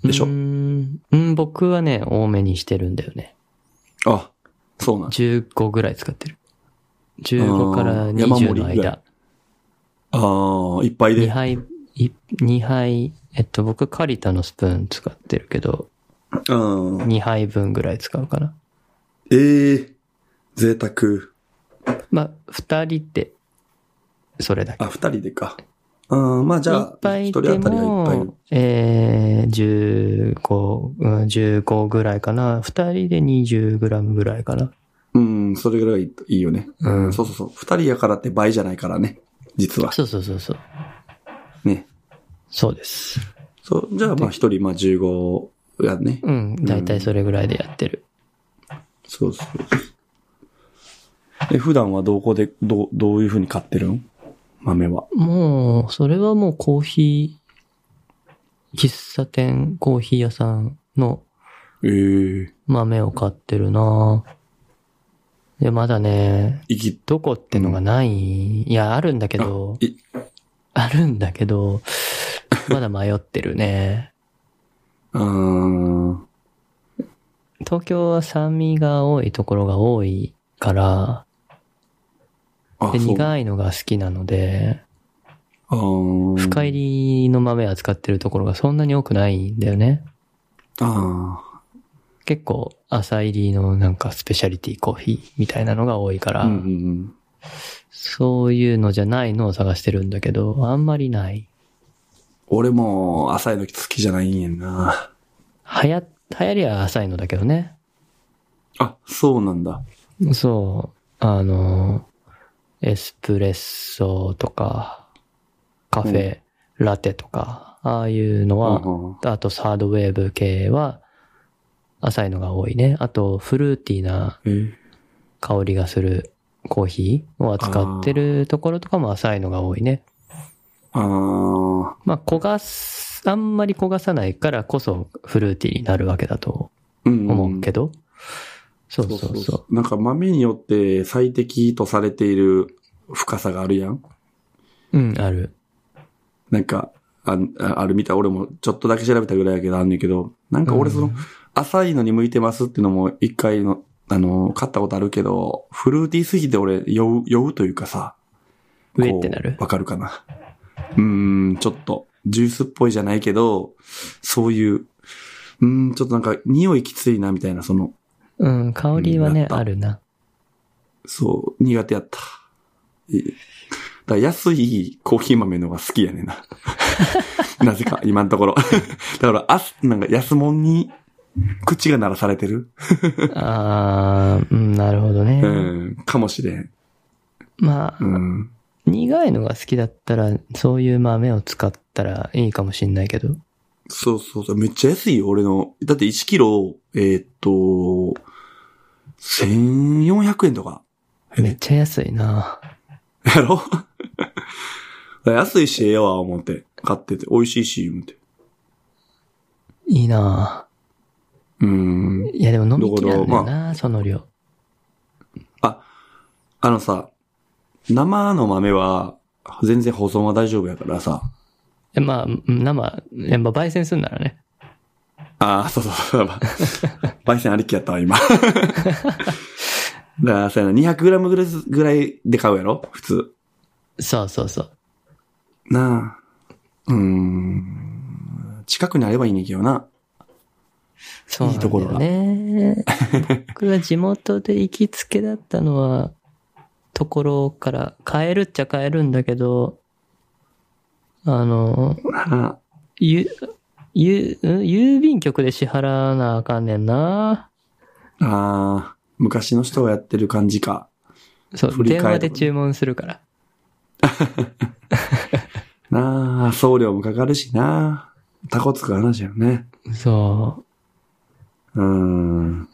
S1: でしょ
S2: うーん。うん、僕はね、多めにしてるんだよね。
S1: あ、そうなん。
S2: 15ぐらい使ってる。15から20の
S1: 山盛りぐらい
S2: 間。
S1: ああ、一杯
S2: 2
S1: で。
S2: 杯、い2杯、えっと、僕、カリタのスプーン使ってるけど、
S1: うん。
S2: 2杯分ぐらい使うかな。
S1: ええー、贅沢。
S2: まあ、2人って、それだけ。
S1: あ、二人でか。うん、まあじゃあ
S2: 1、杯
S1: 一人
S2: で
S1: 当たりが一杯
S2: も、えー、15、うん、15ぐらいかな。2人で20グラムぐらいかな。
S1: うん、それぐらいいいよね。
S2: うん
S1: そうそうそう。二人やからって倍じゃないからね。実は。
S2: そうそうそうそう。
S1: ね。
S2: そうです。
S1: そう。じゃあ、まあ一人、まあ15やね。
S2: うん、だいたいそれぐらいでやってる。
S1: そうそうそう。え、普段はどこで、どう、どういう風に買ってるん豆は。
S2: もう、それはもうコーヒー、喫茶店、コーヒー屋さんの
S1: ええー、
S2: 豆を買ってるなで、まだね、
S1: いき、
S2: どこってのがない。いや、あるんだけど、
S1: い、
S2: あるんだけど、まだ迷ってるね。
S1: うーん。
S2: 東京は酸味が多いところが多いから、
S1: あ、
S2: で
S1: そう。あ
S2: 苦いのが好きなので、
S1: ー
S2: 深入りの豆扱ってるところがそんなに多くないんだよね。
S1: ああ。
S2: 結構、浅入りのなんかスペシャリティコーヒーみたいなのが多いから、
S1: うんうんうん。
S2: そういうのじゃないのを探してるんだけど、あんまりない。
S1: 俺も、浅いの好きじゃないんやんな。
S2: 流行、流行りは浅いのだけどね。
S1: あ、そうなんだ。
S2: そう。あの、エスプレッソとか、カフェ、ラテとか、ああいうのは、
S1: うんうん
S2: あとサードウェーブ系は、浅いのが多いね。あと、フルーティーな
S1: えー
S2: 香りがするコーヒーを扱ってるところとかも浅いのが多いね。
S1: あ
S2: まあ、焦がす、あんまり焦がさないからこそフルーティーになるわけだと
S1: ーうん、
S2: 思うけど。そう
S1: そう
S2: そ
S1: そう
S2: う
S1: そ。
S2: そう
S1: なんか豆によって最適とされている深さがあるやん。
S2: う。うん、ある。
S1: なんか、あああるみたい。俺もちょっとだけ調べたぐらいやけど、あんねんけど、なんか俺その、
S2: うん
S1: 浅いのに向いてますっていうのも一回の、あの、買ったことあるけど、フルーティーすぎて俺酔う、酔うというかさ。
S2: 上
S1: こう
S2: ってなる
S1: わかるかな。うーん、ちょっと、ジュースっぽいじゃないけど、そういう、うーん、ちょっとなんか匂いきついなみたいな、その、
S2: うん、香りは
S1: う
S2: ね
S1: ん、なった
S2: あるな。
S1: そう、苦手やった。いいだから安いコーヒー豆の方が好きや ねんな。なぜか、今のところ。だから、あす、なんか安物に口が鳴らされてる
S2: あー、うん、なるほどね。
S1: うん。かもしれん。
S2: まあ、
S1: うん。
S2: 苦いのが好きだったら、そういうまあ目を使ったらいいかもしんないけど。
S1: そうそうそう。めっちゃ安いよ、俺の。だって1キロ、えーっと、1400円とか。
S2: めっちゃ安いな。
S1: やろ 安いし、ええわ、思って。買ってて。美味しいし、思って。
S2: いいな。
S1: うん。
S2: いやでも飲みきなんだよな、その量。
S1: あのさ、生の豆は、全然保存は大丈夫やからさ。
S2: えまあ、生、やっぱ焙煎するならね。
S1: ああ、そうそうそう。焙煎ありきやったわ、今。 だから、そうやな、200g ぐらいぐらいで買うやろ普通。
S2: そうそうそう。
S1: なあ。うーん。近くにあればいいねんけどな。
S2: そうなんだよね。僕が地元で行きつけだったのは、ところから、買えるっちゃ買えるんだけど、あの、
S1: なあ。
S2: ゆ、ゆ、ん郵便局で支払わなあかんねんな。
S1: ああ、昔の人がやってる感じか。
S2: そう、
S1: 振り替え
S2: 電
S1: とかね
S2: 話で注文するから。
S1: なあ、送料もかかるしな。タコつく話やよね。
S2: そ
S1: う
S2: う。
S1: ーん。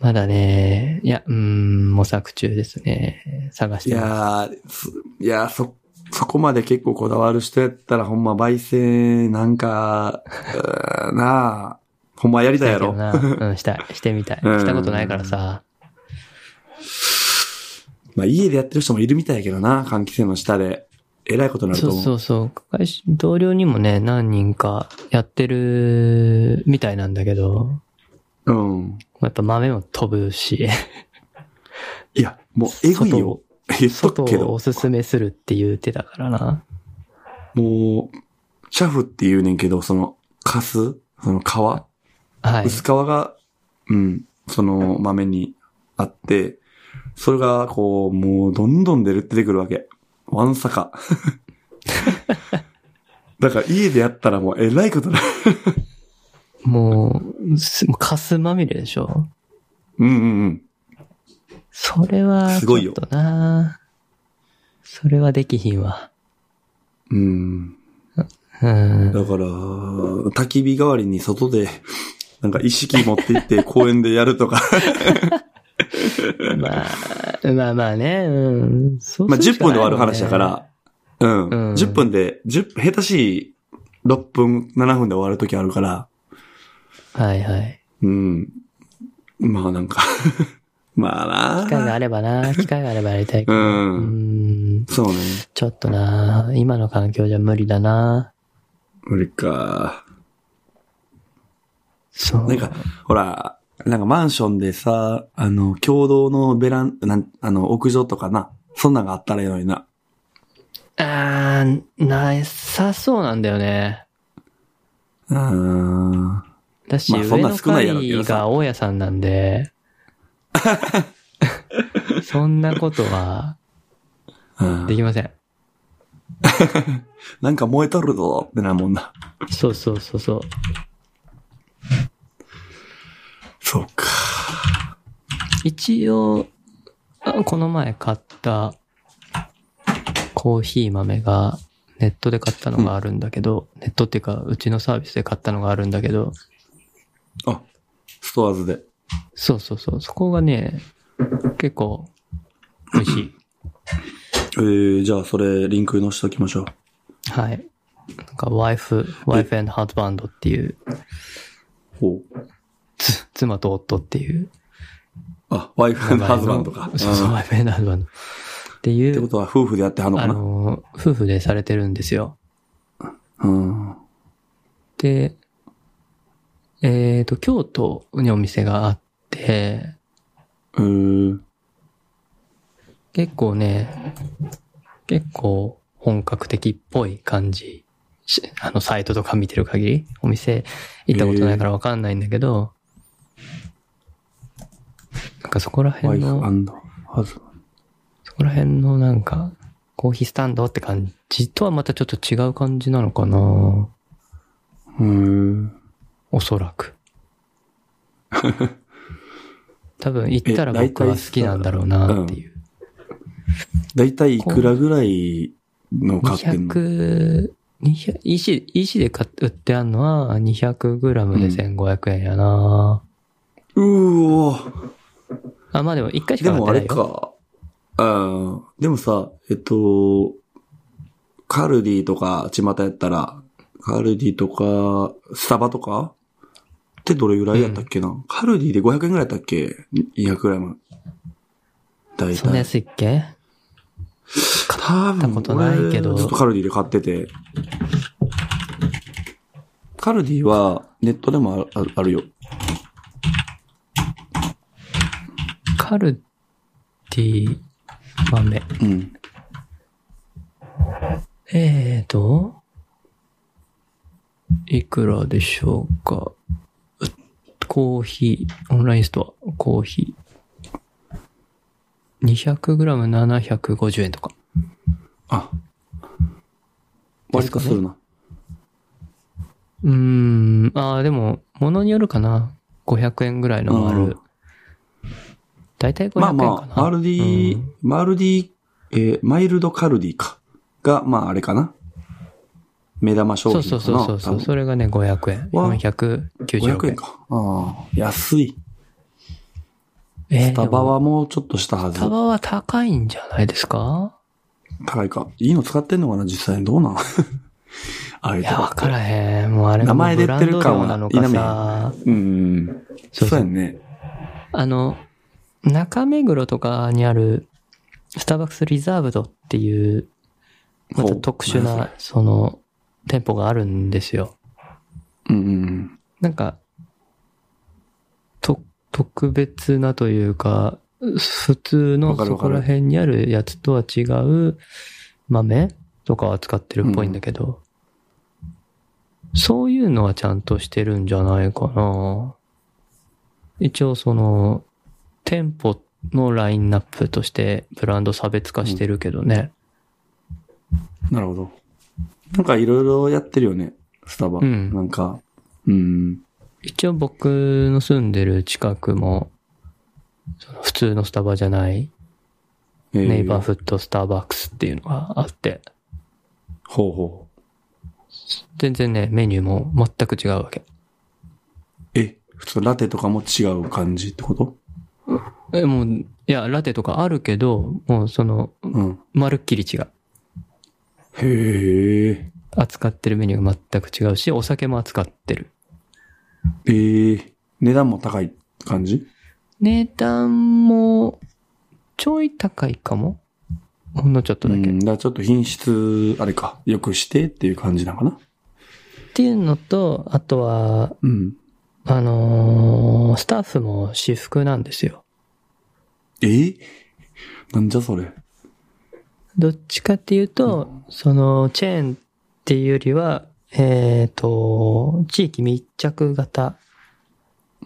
S2: まだね、いや、うーん、模索中ですね。探し
S1: い
S2: てます。
S1: やー、すいやーそ、そこまで結構こだわる人やったら、ほんま焙煎なんか、 うーなあ、ほんまやりたいやろ。
S2: だけどなうん、したい。してみたい。
S1: うん
S2: したことないからさ。
S1: まあ家でやってる人もいるみたいやけどな、換気扇の下で。えらいことになると
S2: そう
S1: 思う。
S2: そうそう。会社同僚にもね、何人かやってるみたいなんだけど、
S1: うん。
S2: やっぱ豆も飛ぶし、
S1: いや、もうえぐいよ。言っと
S2: 外
S1: くけ
S2: を
S1: ど
S2: お。すすめするって言うてたからな。
S1: もう、チャフって言うねんけど、その、カスその皮
S2: はい。
S1: 薄皮が、うん、その豆にあって、それがこう、もうどんどん出る出てくるわけ。わんさか。 だから家でやったらもうえらいことだ。
S2: もう、すもうカスまみれでしょ。
S1: うんうんうん。
S2: それは、
S1: すごい
S2: ちょ
S1: よ
S2: っとなそれはできひんわ。
S1: うん。
S2: うん。
S1: だから、焚き火代わりに外で、なんか一式持って行 って公園でやるとか。
S2: まあ、まあまあね、うん。そう
S1: まあ
S2: する
S1: 10
S2: しか
S1: 分
S2: な
S1: で終
S2: いも
S1: わ
S2: んね
S1: る話だか。ら、うん。
S2: うん
S1: 10分で、10下手しい6分、7分で終わるときあるから、
S2: はいはい。
S1: うん。まあなんか、 まあなあ
S2: 機会があればな、機会があればやりたいけ
S1: う
S2: ど。
S1: ん
S2: う。ん。
S1: そうね。
S2: ちょっとな、今の環境じゃ無理だな。
S1: 無理か。
S2: そう。
S1: なんか、ほら、なんかマンションでさ、あの、共同のベラン、なん、あの、屋上とかな、そんなんがあったらいいのにな。
S2: あー、なさそうなんだよね。
S1: うーん。
S2: だし、
S1: まあそ
S2: 上
S1: んな
S2: の
S1: ん少ないやろうけ
S2: 階
S1: どさ
S2: が大家さんな んで、そんなことは
S1: うん
S2: できません。
S1: なんか燃えとるぞってなもんな。
S2: そうそうそうそう。
S1: そうか。
S2: 一応、あこの前買ったコーヒー豆が、ネットで買ったのがあるんだけど、ネットっていうか、うちのサービスで買ったのがあるんだけど、
S1: あ、ストアーズで。
S2: そうそうそう、そこがね、結構、美味しい。
S1: えー、じゃあそれリンク載せときましょう。
S2: はい。なんか、ワイフ、ワイフハートバンドっていう、
S1: ほう。
S2: つ妻と夫っていう。
S1: あ、ワイフ
S2: 名前 の
S1: ハズバンドか。
S2: そうそう、
S1: うんっ
S2: ワイフハートバンド。ってい
S1: てこ
S2: う、
S1: とは夫婦でやってはんの
S2: あ
S1: かな
S2: の、夫婦でされてるんですよ。
S1: うん。
S2: で、えっ、と、京都にお店があって、
S1: えー、
S2: 結構ね、結構本格的っぽい感じ。しあの、サイトとか見てる限り、お店行ったことないからわかんないんだけど、なんかそこら
S1: ワ
S2: 辺
S1: イフ
S2: の、
S1: ハズバンド。
S2: そこら辺のなんか、コーヒースタンドって感じとはまたちょっと違う感じなのかな
S1: うーん。
S2: おそらく。多分行ったら僕は好きなんだろうなっていう。
S1: だいたいいくらぐらいの買ってんの
S2: 200、200、EC、EC で買って売ってあるのは 200g で1500円やな、
S1: うーおー
S2: あ、まあでも1回し
S1: で
S2: か買っ
S1: も
S2: て
S1: あ
S2: ない
S1: れ
S2: よ。
S1: か。うん。でもさ、えっと、カルディとか、巷やったら、カルディとか、スタバとかってどれぐらいやったっけな、カルディで500円ぐらいやったっけ ?200g。大
S2: そんな
S1: 体。
S2: 安いっけ
S1: 買った
S2: ことないけど
S1: ずっとカルディで買ってて。カルディはネットでもあるあるよ。
S2: カルディ豆。
S1: うん。
S2: えーと、いくらでしょうか。コーヒー、オンラインストア、コーヒー。200g750 円とか。
S1: あ。割とするな。
S2: うーん、ああ、でも、ものによるかな。500円ぐらいのもあ
S1: うん
S2: る。だいたい500円
S1: ま
S2: かな。
S1: あまあ、マルディ、
S2: うん
S1: マルディ、えーマイルドカルディか。が、まああれかな。目玉商
S2: そ
S1: 品
S2: う
S1: か
S2: そ
S1: な。
S2: うそうそうそ
S1: 多
S2: う。
S1: 分
S2: それがね、500円。
S1: わ
S2: 496
S1: 500
S2: 円
S1: 円。か。ああ、安い。
S2: えー
S1: スタバ。
S2: でも
S1: はもうちょっとしたは
S2: ス
S1: ず
S2: タ。バは高いんじゃないですか
S1: 高いか。いいの使ってんのかな実際にどうなんあれ
S2: いや、わからへん。もうあれが
S1: 名前
S2: もう
S1: で言
S2: ブラ
S1: って
S2: ン
S1: る
S2: ド
S1: 感は
S2: 料なのか
S1: 否めへ
S2: さ。
S1: うん。
S2: そう
S1: そう
S2: そ
S1: や
S2: う。
S1: んね。
S2: あの、中目黒とかにある、スターバックスリザーブドっていう、ま
S1: ほ
S2: た
S1: う
S2: 特殊
S1: 何そ
S2: な、その、店舗があるんですよ。
S1: うんうん
S2: なんか、と、特別なというか、普通の
S1: わかる
S2: そ
S1: わか
S2: こ
S1: る
S2: ら辺にあるやつとは違う豆とかは使ってるっぽいんだけど、そういうのはちゃんとしてるんじゃないかな。一応その、店舗のラインナップとしてブランド差別化してるけどね。
S1: うん。なるほど。なんかいろいろやってるよね。スタバ。
S2: うん
S1: なんか、うん。
S2: 一応僕の住んでる近くも、その普通のスタバじゃない
S1: え
S2: ネイバー
S1: フ。
S2: フットスターバックスっていうのがあって、
S1: ほうほう。
S2: 全然ね、メニューも全く違うわけ。
S1: え、普通ラテとかも違う感じってこと
S2: え、もう、いや、ラテとかあるけど、もうその、
S1: うん。
S2: まるっきり違う。
S1: へえ。
S2: 扱ってるメニューが全く違うし、お酒も扱ってる。
S1: ええ。値段も高い感じ
S2: 値段も、ちょい高いかもほんのちょっと
S1: う
S2: だけ。
S1: ん。だからちょっと品質、あれか、良くしてっていう感じなのかな
S2: っていうのと、あとは、
S1: うん。
S2: あのースタッフも私服なんですよ。
S1: ええなんじゃそれ。
S2: どっちかっていうと、その、チェーンっていうよりは、えっ、と、地域密着型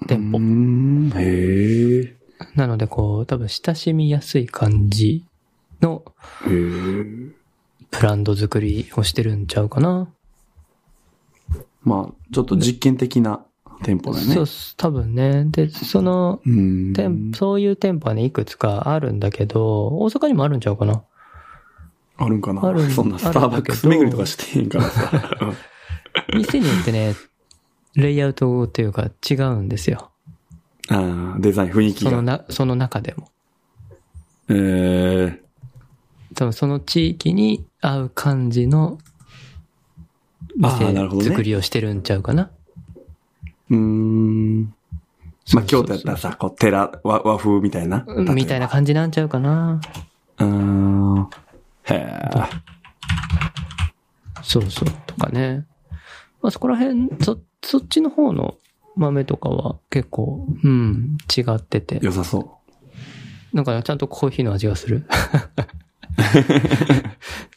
S2: 店
S1: う
S2: 舗。
S1: ん。へえ。
S2: なので、こう、多分親しみやすい感じの
S1: へえ。
S2: ブランド作りをしてるんちゃうかな。
S1: まあ、ちょっと実験的な店舗だよね。
S2: そうっす、多分ね。で、その、
S1: うん。
S2: 店そういう店舗はね、いくつかあるんだけど、大阪にもあるんちゃうかな。
S1: あるんかな
S2: ある
S1: そんな
S2: ある
S1: ス
S2: んだけど
S1: ターバックス巡りとかしてへん からさ。うん
S2: 店によってね、レイアウトっていうか違うんですよ。
S1: ああ、デザイン、雰囲気
S2: その
S1: が。
S2: な、その中でも。
S1: ええ。
S2: 多分その地域に合う感じの
S1: あーなるほど
S2: 店
S1: ね
S2: 作りをしてるんちゃうかな。
S1: うーん。
S2: そ
S1: ま
S2: う
S1: あ、
S2: そうそう
S1: 京都やったらさ、こう、寺、和和風みたいな。
S2: うんみたいな
S1: 例
S2: 感じなんちゃうかな。
S1: えば。うーん。へえ。
S2: そうそう。とかね。まあそこら辺、そ、そっちの方の豆とかは結構、うん、違ってて。
S1: 良さそ
S2: なんかちゃんとコーヒーの味がする。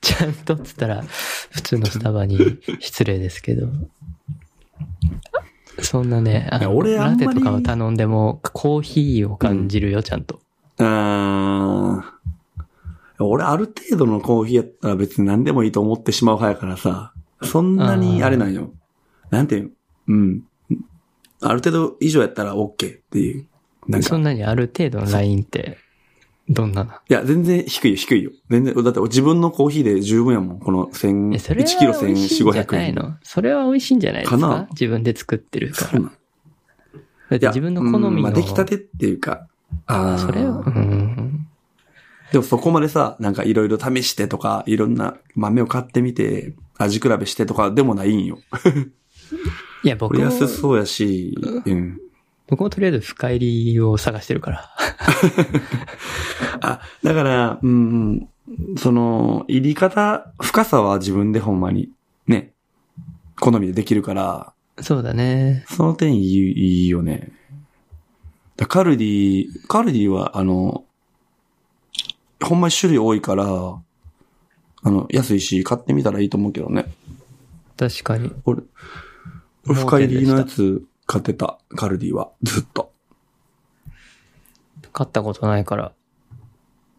S2: ちゃんとっつったら、普通のスタバに失礼ですけど。そんなね、あ
S1: いや
S2: の
S1: 俺あん
S2: ラ
S1: まり
S2: テとかを頼んでも、コーヒーを感じるよ、ちゃんと。
S1: う。うーん。俺、ある程度のコーヒーやったら別に何でもいいと思ってしまう派やからさ、そんなにあれなんよ。なんていうのうん。ある程度以上やったら OK っていう。なんか
S2: そんなにある程度のラインって、どんなの
S1: いや、全然低いよ、低いよ。全然、だって自分のコーヒーで十分やもん。この千
S2: え、それは
S1: 1キロ
S2: 美味しいんじ
S1: 1400、
S2: ゃ
S1: 500
S2: ない
S1: 円。
S2: のそれは美味しいんじゃないですか
S1: かな
S2: 自分で作ってるか
S1: そう
S2: ら。
S1: なん
S2: だって自分の好
S1: うん
S2: み
S1: ま
S2: の。
S1: あ、出来たてっていうか、ああ。
S2: それは、うん。
S1: でもそこまでさ、なんかいろいろ試してとか、いろんな豆を買ってみて、味比べしてとかでもないんよ。
S2: いや、僕
S1: 俺
S2: も、
S1: 安そうやし、うん。
S2: 僕もとりあえず深入りを探してるから。
S1: あ、だから、うん、その、入り方、深さは自分でほんまに、ね、好みでできるから、
S2: そうだね。
S1: その点いいいいよね。だカルディ、カルディは、あの、ほんまに種類多いから、あの、安いし、買ってみたらいいと思うけどね。
S2: 確かに。
S1: 俺、俺
S2: 盲
S1: 深
S2: 点で
S1: 入り
S2: した
S1: のやつ買ってた、カルディは、ずっと。
S2: 買ったことないから。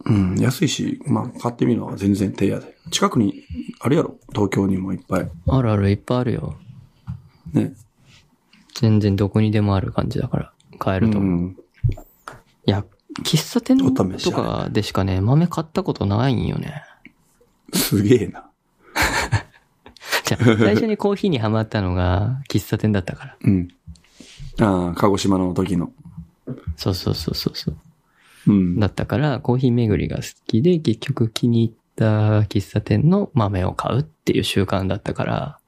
S1: うん、安いし、まあ、買ってみるのは全然手やで。近くに、あれやろ、東京にもいっぱい。
S2: あるあるいっぱいあるよ。
S1: ね。
S2: 全然どこにでもある感じだから。買えると。
S1: う
S2: い
S1: ん。
S2: や、喫茶店
S1: お試し
S2: とかでしかね、豆買ったことないんよ ね。
S1: すげえな。
S2: じゃあ最初にコーヒーにハマったのが喫茶店だったから。
S1: うん。ああ、鹿児島の時の。
S2: そうそうそうそうそう。
S1: うん。
S2: だったから、コーヒー巡りが好きで、結局気に入った喫茶店の豆を買うっていう習慣だったから、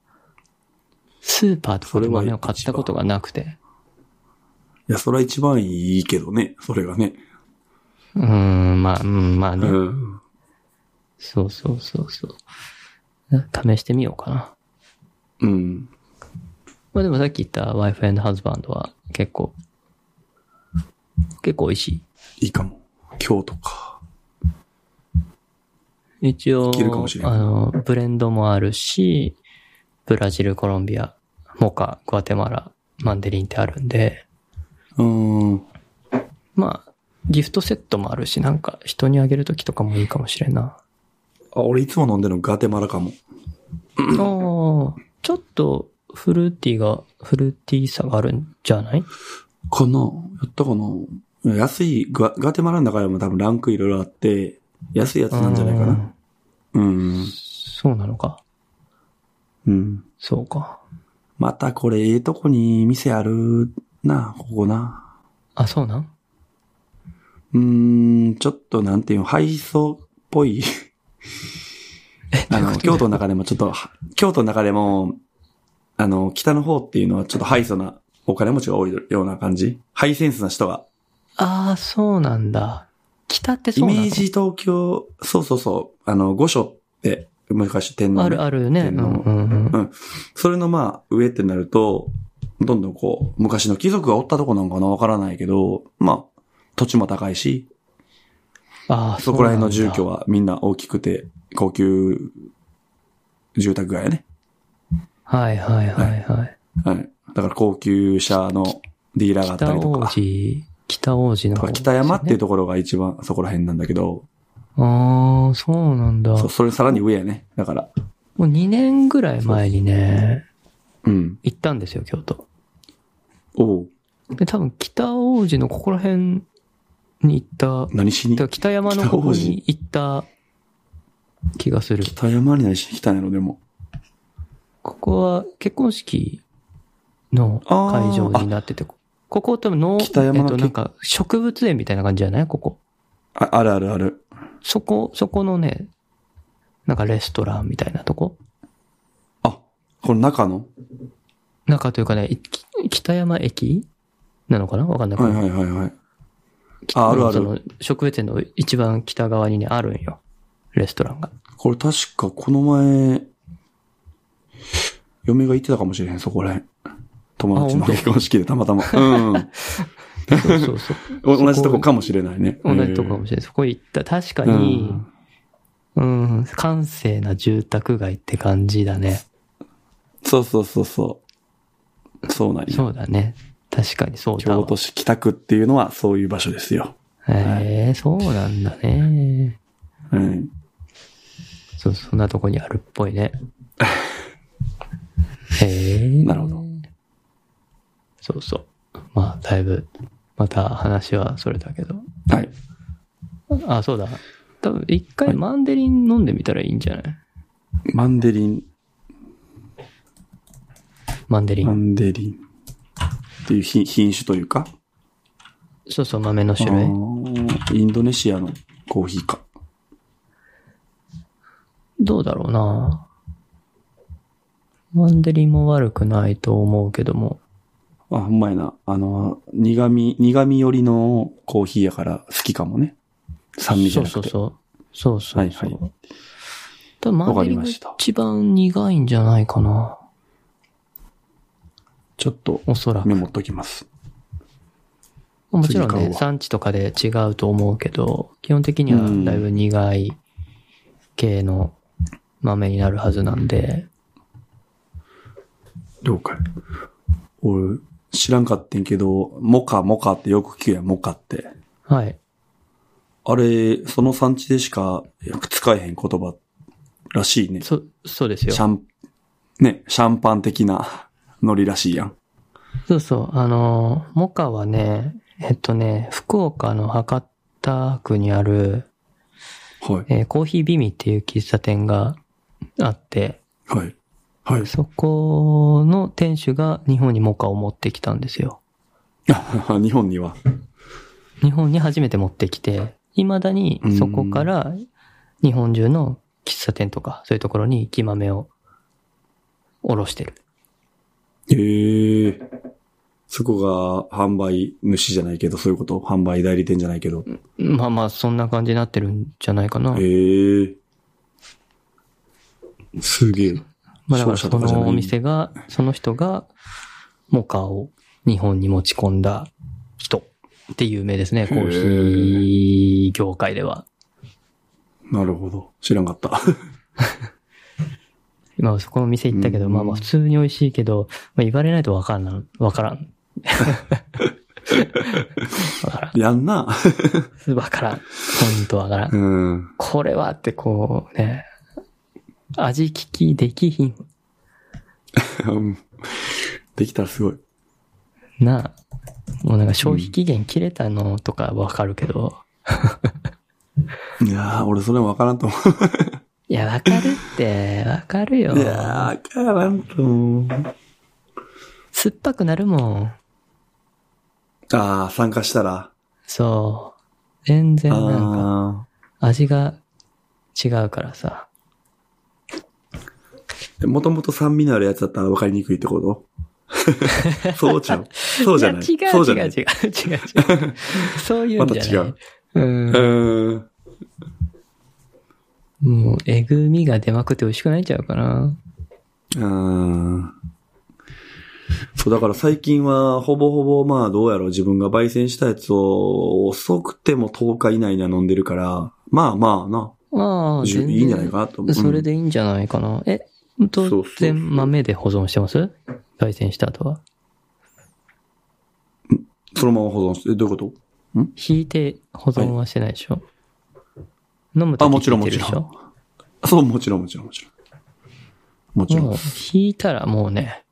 S2: スーパーとか
S1: それ
S2: で
S1: は
S2: 豆を買ったことがなくて。
S1: いや、それは一番いいけどね、それがね。
S2: うーん、まあ、うん、まあ
S1: う
S2: ね。
S1: ん。
S2: そうそうそうそう。試してみようかな。
S1: うん。
S2: まあでもさっき言った Wife and Husband は結構、結構美味し
S1: いいかも。京都か。
S2: い。一応
S1: けるかもし、れん
S2: あの、ブレンドもあるし、ブラジル、コロンビア、モカ、グアテマラ、マンデリンってあるんで、
S1: うーん。
S2: まあ、ギフトセットもあるし、なんか人にあげるときとかもいいかもしれんな。
S1: あ、俺いつも飲んでるのガテマラかも。
S2: ああ、ちょっとフルーティーが、フルーティーさがあるんじゃない
S1: かなやったかな安いガ、ガテマラの中でも多分ランクいろいろあって、安いやつなんじゃないか
S2: う。
S1: なんうん。
S2: そうなのか。
S1: うん。
S2: そうか。
S1: またこれ、ええとこに店あるな、ここな。
S2: あ、そうなん
S1: うーん、ちょっとなんていうの、配送っぽい。
S2: え、
S1: あ
S2: どういう
S1: の、
S2: こと
S1: 京都の中でもちょっと、は京都の中でも、あの、北の方っていうのはちょっとハイソなお金持ちが多いような感じ。ハイセンスな人が。
S2: ああ、そうなんだ。北って
S1: イ
S2: そうな
S1: メ
S2: の
S1: ージ東京、そうそうそう、あの、五所って、昔天皇。
S2: あるあるよね。
S1: 天
S2: うん
S1: 皇
S2: うんうん。
S1: それのまあ、上ってなると、どんどんこう、昔の貴族がおったとこなんかなわからないけど、まあ、土地も高いし、
S2: ああ、
S1: そこら辺の住居
S2: は。
S1: はみんな大きくて、高級住宅街やね。
S2: はいはいはいはい。
S1: はい。だから高級車のディーラーがあった
S2: 北
S1: りと
S2: 王
S1: か。
S2: 子、北王子の
S1: と
S2: 方
S1: か
S2: です
S1: 北
S2: ね、
S1: 山っていうところが一番そこら辺なんだけど、
S2: ああ、そうなんだ。
S1: そうそれさらに上やね。だから。
S2: もう2年ぐらい前にね、
S1: うん。
S2: 行ったんですよ、京都。
S1: おう
S2: で、多分北王子のここら辺に行った、
S1: 何しに
S2: てか北山のここに行った気がする。
S1: 北山に何しに来たんやろ、でも。
S2: ここは結婚式の会場になってて、ここ多分農、
S1: 北山
S2: えっ
S1: の
S2: と
S1: け
S2: なんか植物園みたいな感じじゃないここ。
S1: あ、あるあるある。
S2: そこ、そこのね、なんかレストランみたいなとこ
S1: あ、この中の
S2: 中というかね、いき北山駅なのかなわかんないけ
S1: は
S2: ど
S1: いはいはいはい。あ、あるあ
S2: そ
S1: る。
S2: の植物園の一番北側にね、あるんよ。レストランが。
S1: これ確かこの前、嫁が行ってたかもしれへん、そこら辺。友達の
S2: あ本当
S1: 結婚式でたまたま。うん。
S2: そうそ うそう。
S1: お同じとこかもしれないね。
S2: 同じとこかも
S1: し
S2: しれない。そこ行った。確かに、うん、閑静な住宅街って感じだね。
S1: そうそうそうそう。そうなんや。
S2: そうだね。確かにそうだ
S1: 京
S2: わ。
S1: 都市北区っていうのはそういう場所ですよ。
S2: へえ、そうなんだね。
S1: はい。
S2: そう、そんなとこにあるっぽ いね。へえ。
S1: なるほど。
S2: そうそう。まあ、だいぶ、また話はそれだけど。
S1: はい。
S2: あ、そうだ。多分、一
S1: は
S2: 回
S1: い
S2: マンデリン飲んでみたらいいんじゃない
S1: マンデリン、
S2: マンデリ
S1: マ
S2: ン。
S1: ンデリン。っていう品品種というか。
S2: そうそう、豆の種
S1: あ
S2: 類。
S1: ーインドネシアのコーヒーか。
S2: どうだろうなマンデリンも悪くないと思うけども。
S1: あ、ほんまやな。あの、苦味、苦味寄りのコーヒーやから好きかもね。酸味じゃなくて。
S2: そうそうそう。そうそうそう。
S1: はいはい
S2: 多分マンデリン
S1: わかりま
S2: が
S1: した
S2: 一番苦いんじゃないかな。
S1: ちょっと
S2: おそらく。
S1: メモっときます。
S2: もちろん
S1: 次買う
S2: ね、
S1: わ
S2: 産地とかで違うと思うけど、基本的にはだいぶ苦い系の豆になるはずなんで、
S1: 了解。俺、知らんかってんけど、モカモカってよく聞くやん、モカって。
S2: はい。
S1: あれ、その産地でしか使えへん言葉らしいね。シ
S2: そ、そうですよ。
S1: ャン、ね、シャンパン的なノリらしいやん。
S2: そうそう。あの、モカはね、えっとね、福岡の博多区にある、
S1: はい。
S2: えーコーヒービミっていう喫茶店があって、
S1: はい。はい。
S2: そこの店主が日本にモカを持ってきたんですよ。
S1: 日本には。
S2: 日本に初めて持ってきて、未だにそこから日本中の喫茶店とか、そういうところに生き豆をおろしてる。
S1: へえ。そこが販売主じゃないけど、そういうこと販売代理店じゃないけど。
S2: まあまあ、そんな感じになってるんじゃないかな。
S1: へえ。すげえ。
S2: まあだから
S1: 商社
S2: そ
S1: とかじゃない
S2: のお店が、その人がモカを日本に持ち込んだ人って有名ですね、コーヒー業界では。
S1: なるほど。知らんか った。
S2: まあそこの店行ったけど、
S1: うん
S2: まあまあ普通に美味しいけど、まあ言われないとわからん、わからん。わからん。
S1: やんな。
S2: わからん。ほんとわからん。
S1: うん。
S2: これはってこうね、味聞きできひん
S1: できたらすごい。
S2: な。もうなんか消費期限切れたのとかわかるけど、
S1: いやー、俺それもわからんと思
S2: いや、わかるって、わかるよ
S1: う。い。やー、わからんと思う。
S2: 酸っぱくなるもん。
S1: あー、参加したら。
S2: そう。全然なんか、
S1: あ
S2: 味が違うからさ。
S1: ー。もともと酸味のあるやつだったらわかりにくいってこと そうじゃん。そうじゃない。
S2: いや違
S1: そううじゃ
S2: 違
S1: な
S2: う違う
S1: い。
S2: 違う違 う。そういうんじゃな
S1: ま
S2: い。うん。
S1: うん。
S2: もう、えぐみが出まくって美味しくなっちゃうかな。
S1: うーんそう、だから最近は、ほぼほぼ、まあ、どうやろう、自分が焙煎したやつを、遅くても10日以内には飲んでるから、まあまあな、
S2: まあ、
S1: じゅ
S2: 全然
S1: いいんじゃないかなと思う。
S2: それでいいんじゃないかな。え、当
S1: そうそうそう
S2: 然豆で保存してます焙煎した後は。
S1: うんそのまま保存して、えどういうこと
S2: 引いて保存はしてないでしょ、飲むと
S1: あ、
S2: き
S1: もちろん
S2: 引い
S1: もち
S2: てるで
S1: ろ
S2: しょ
S1: ん。そう、もちろんもちろんもちろん。もちろ。
S2: もうん引いたらもうね、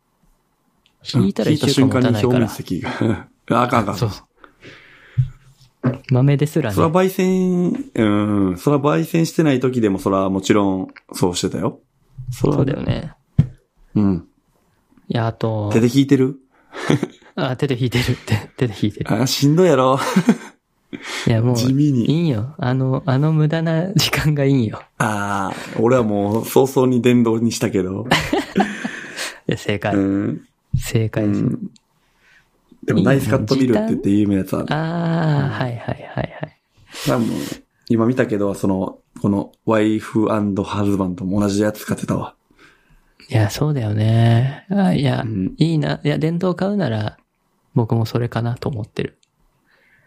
S2: 引いたら
S1: うん
S2: 一週間持たない
S1: 引いた瞬間に表
S2: から
S1: 面。積が。 あかんあかんあかん。
S2: そう。豆ですら
S1: そら
S2: ね。
S1: 焙煎、うん、そら焙煎してない時でも、そらもちろん、そうしてたよ。そ
S2: そうだ
S1: よ。
S2: よね。
S1: うん。
S2: いや、あと
S1: 手、で引いてる
S2: あ、手で引いてるって、手で引いてる。
S1: あ、しんどいやろ。
S2: いや、もう、
S1: 地味に
S2: いいんよ。あの、あの無駄な時間がいいんよ。
S1: ああ、俺はもう早々に電動にしたけ ど。
S2: いや正解
S1: う。ん。
S2: 正
S1: う
S2: 解です。
S1: ん。でもナイスカットミルって言って有名なやつは、
S2: ああ、はいはいはいはい。
S1: 多分今見たけど、その、このワイフハズバンドも同じやつ買ってたわ。
S2: いや、そうだよね。あいや、
S1: うん
S2: いいな。いや、電動買うなら、僕もそれかなと思ってる。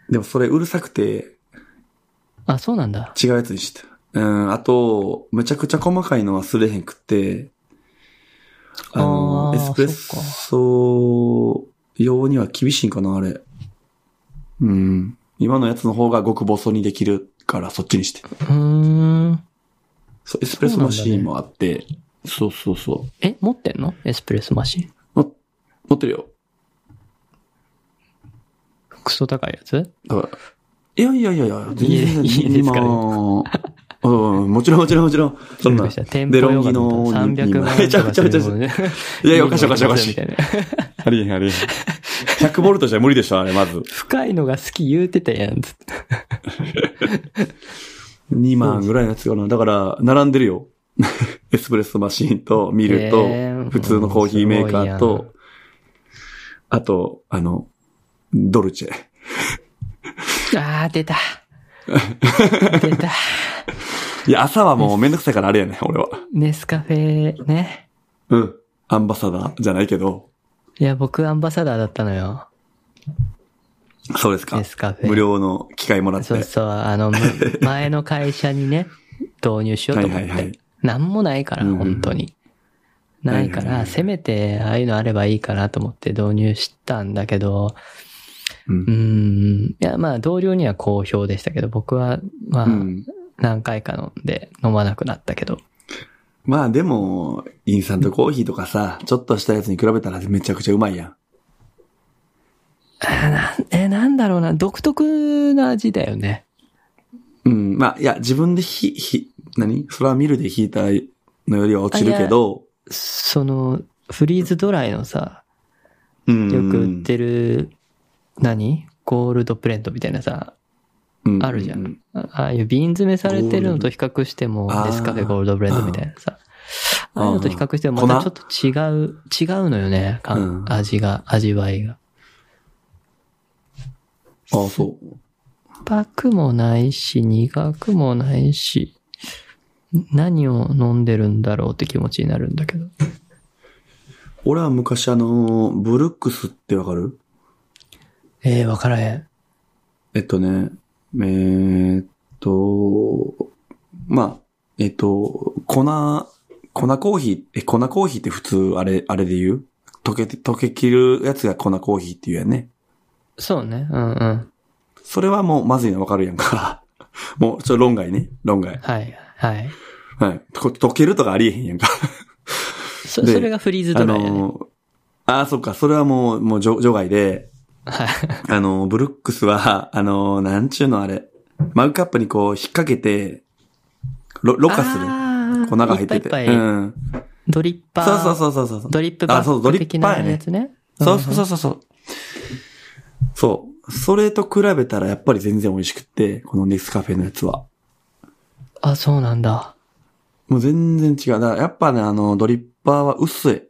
S1: でもそれうるさくて
S2: あ、そうなんだ。
S1: 違うやつにしてた。うん、あと、めちゃくちゃ細かいの忘れへんくって、あの、
S2: あー
S1: エスプレッソ用には厳しいんかな、あれ。うん。今のやつの方が極細にできるから、そっちにして。
S2: うーん。
S1: そう、エスプレッソマシーンもあって、そうそうそ
S2: え、持ってんのエスプレッソマシン。
S1: う。も持ってるよ。
S2: クソ高いやつ
S1: だからいやいやいやいや、
S2: いいいいですかね
S1: 今うん、もちろんもちろんもちろん。そんな。
S2: 失礼しました店舗用が
S1: デロンギの
S2: 300万
S1: めちゃくちゃめちゃくちゃ
S2: ゃ。
S1: いやいや、おかしいおかしいおかし
S2: み
S1: い
S2: た。いな。
S1: ありえへんありえへん。100ボルトじゃ無理でしょ、あれ、まず。
S2: 深いのが好き言うてたやん、つって。
S1: 2万ぐらいのやつかな。だから、並んでるよ。 エスプレッソマシーンと、ミルと、
S2: えー
S1: 普通のコーヒーメーカー
S2: すごいやん
S1: と、あと、あの、ドルチェ。
S2: あー、出た。出た。
S1: いや、朝はもうめんどくさいからあれやね、俺は。
S2: ネスカフェ、ね。
S1: うん。アンバサダーじゃないけど、
S2: いや、僕アンバサダーだったのよ。
S1: そうですか
S2: ネ。スカフェ。
S1: 無料の機会もらって。
S2: そうそう、あの、む前の会社にね、導入しようと思って。
S1: はいはいはい
S2: なんもないから、
S1: うん
S2: 本当に。ないか
S1: はいはいは
S2: ら、
S1: い
S2: せめて、ああいうのあればいいかなと思って導入したんだけど、
S1: う
S2: うー
S1: ん。
S2: ん、いや、まあ、同僚には好評でしたけど、僕は、まあ
S1: う、ん。
S2: 何回か飲んで飲まなくなったけど。
S1: まあでも、インスタントコーヒーとかさ、ちょっとしたやつに比べたらめちゃくちゃうまいやん。
S2: え、なんだろうな、独特な味だよね。
S1: うん。まあ、いや、自分でひ、ひ、何それはミルで引いたのよりは落ちるけど、
S2: その、フリーズドライのさ、
S1: うん。
S2: よく売ってる、何ゴールドプレートみたいなさ、
S1: うん
S2: あるじゃん
S1: う
S2: あああいう瓶詰めされてるのと比較しても
S1: ゴール、ド
S2: デスカフェゴールドブレンドみたいなさ。ああいうのと比較しても、
S1: 粉
S2: またちょっと違う、違うのよね、
S1: う
S2: 感
S1: ん
S2: 味が、味わいが。
S1: ああ、そう。
S2: 酸っぱくもないし、苦くもないし、何を飲んでるんだろうって気持ちになるんだけど。
S1: 俺は昔あの、ブルックスってわかる
S2: ええー、わからへん。
S1: えっとね、えーっと、まあ、えっと、粉、粉コーヒー、え、粉コーヒーって普通あれ、あれで言う溶けて、溶けきるやつが粉コーヒーって言うやんね。
S2: そうね、うんうん。
S1: それはもうまずいのわかるやんか。 もう、ちょ、論外ね。論外。
S2: はい、はい。
S1: はい。と溶けるとかありえへんやんか。
S2: そ、
S1: で
S2: それがフリーズ
S1: あ
S2: ドライやね。
S1: の、あー、そっか。それはもう、もう除除外で、
S2: はい。
S1: あの、ブルックスは、 あの、なんちゅうのあれ、マグカップにこう引っ掛けて、ろ、ろ過する。
S2: る
S1: 粉が入ってて。
S2: いっぱいいっぱい
S1: うん。
S2: ドリッパ
S1: そう
S2: ー。
S1: そうそうそうそう。
S2: ドリップバ
S1: あそう
S2: ッ
S1: ド
S2: グ
S1: リッパー
S2: 的な
S1: やね
S2: やつね。
S1: そうそうそうそうそう。そう。それと比べたらやっぱり全然美味しくって、このネスカフェのやつは。
S2: あ、そうなんだ。
S1: もう全然違う。だからやっぱね、あの、ドリッパーは薄い。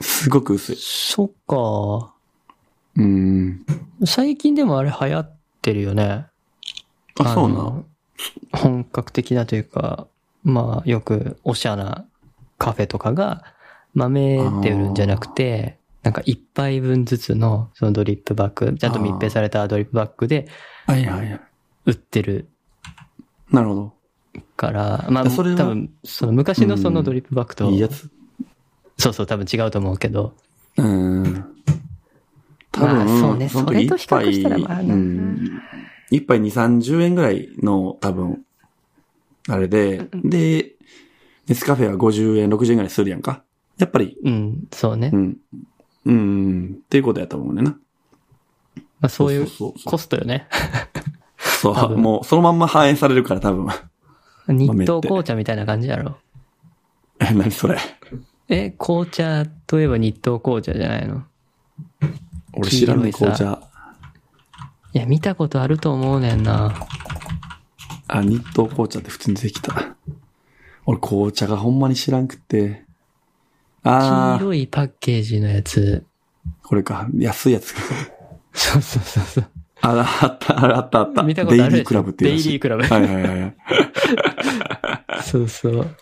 S1: すごく薄い。
S2: そっか。
S1: うん。
S2: 最近でもあれ流行ってるよね。
S1: あ、そうな。
S2: の本格的なというか、まあ、よくおしゃなカフェとかが豆で売るんじゃなくて、なんか一杯分ずつのそのドリップバッグ、ちゃんと密閉されたドリップバッグで
S1: はいはいはい。
S2: 売ってる
S1: なるほ
S2: から、まあ、
S1: それは
S2: 多分、その昔のそのドリップバッグと、
S1: ど。いいやつ。
S2: そうそう、多分違うと思うけど、
S1: うん。多分、
S2: まあそうね
S1: の時
S2: それと比較したら
S1: 一杯
S2: まあな
S1: うん一杯2、30円ぐらいの多分、あれで、で、ネスカフェは50円、60円ぐらいするやんか。やっぱり、
S2: うん、そうね。
S1: うん。うん、っていうことやと思うねんな。
S2: まあ、そういう
S1: そうそう
S2: コストよね。
S1: そう。
S2: 多
S1: そう
S2: 分
S1: もう、そのまんま反映されるから多分。
S2: 日東紅茶みたいな感じやろ。
S1: え何それ。
S2: え、紅茶といえば日東紅茶じゃないの
S1: 俺知らん
S2: 黄色
S1: ね、
S2: いさ
S1: 紅茶。
S2: いや、見たことあると思うねんな。
S1: あ、日東紅茶って普通に出てきた。俺紅茶がほんまに知らんくって。
S2: 黄
S1: あー、
S2: 色いパッケージのやつ。
S1: これか。安いやつ。
S2: そうそうそうそう。
S1: あ、あった、あった、あった。
S2: 見たことある
S1: デイリークラブっていうらしい
S2: デイリークラブ
S1: はいはいはいはい。
S2: そうそう。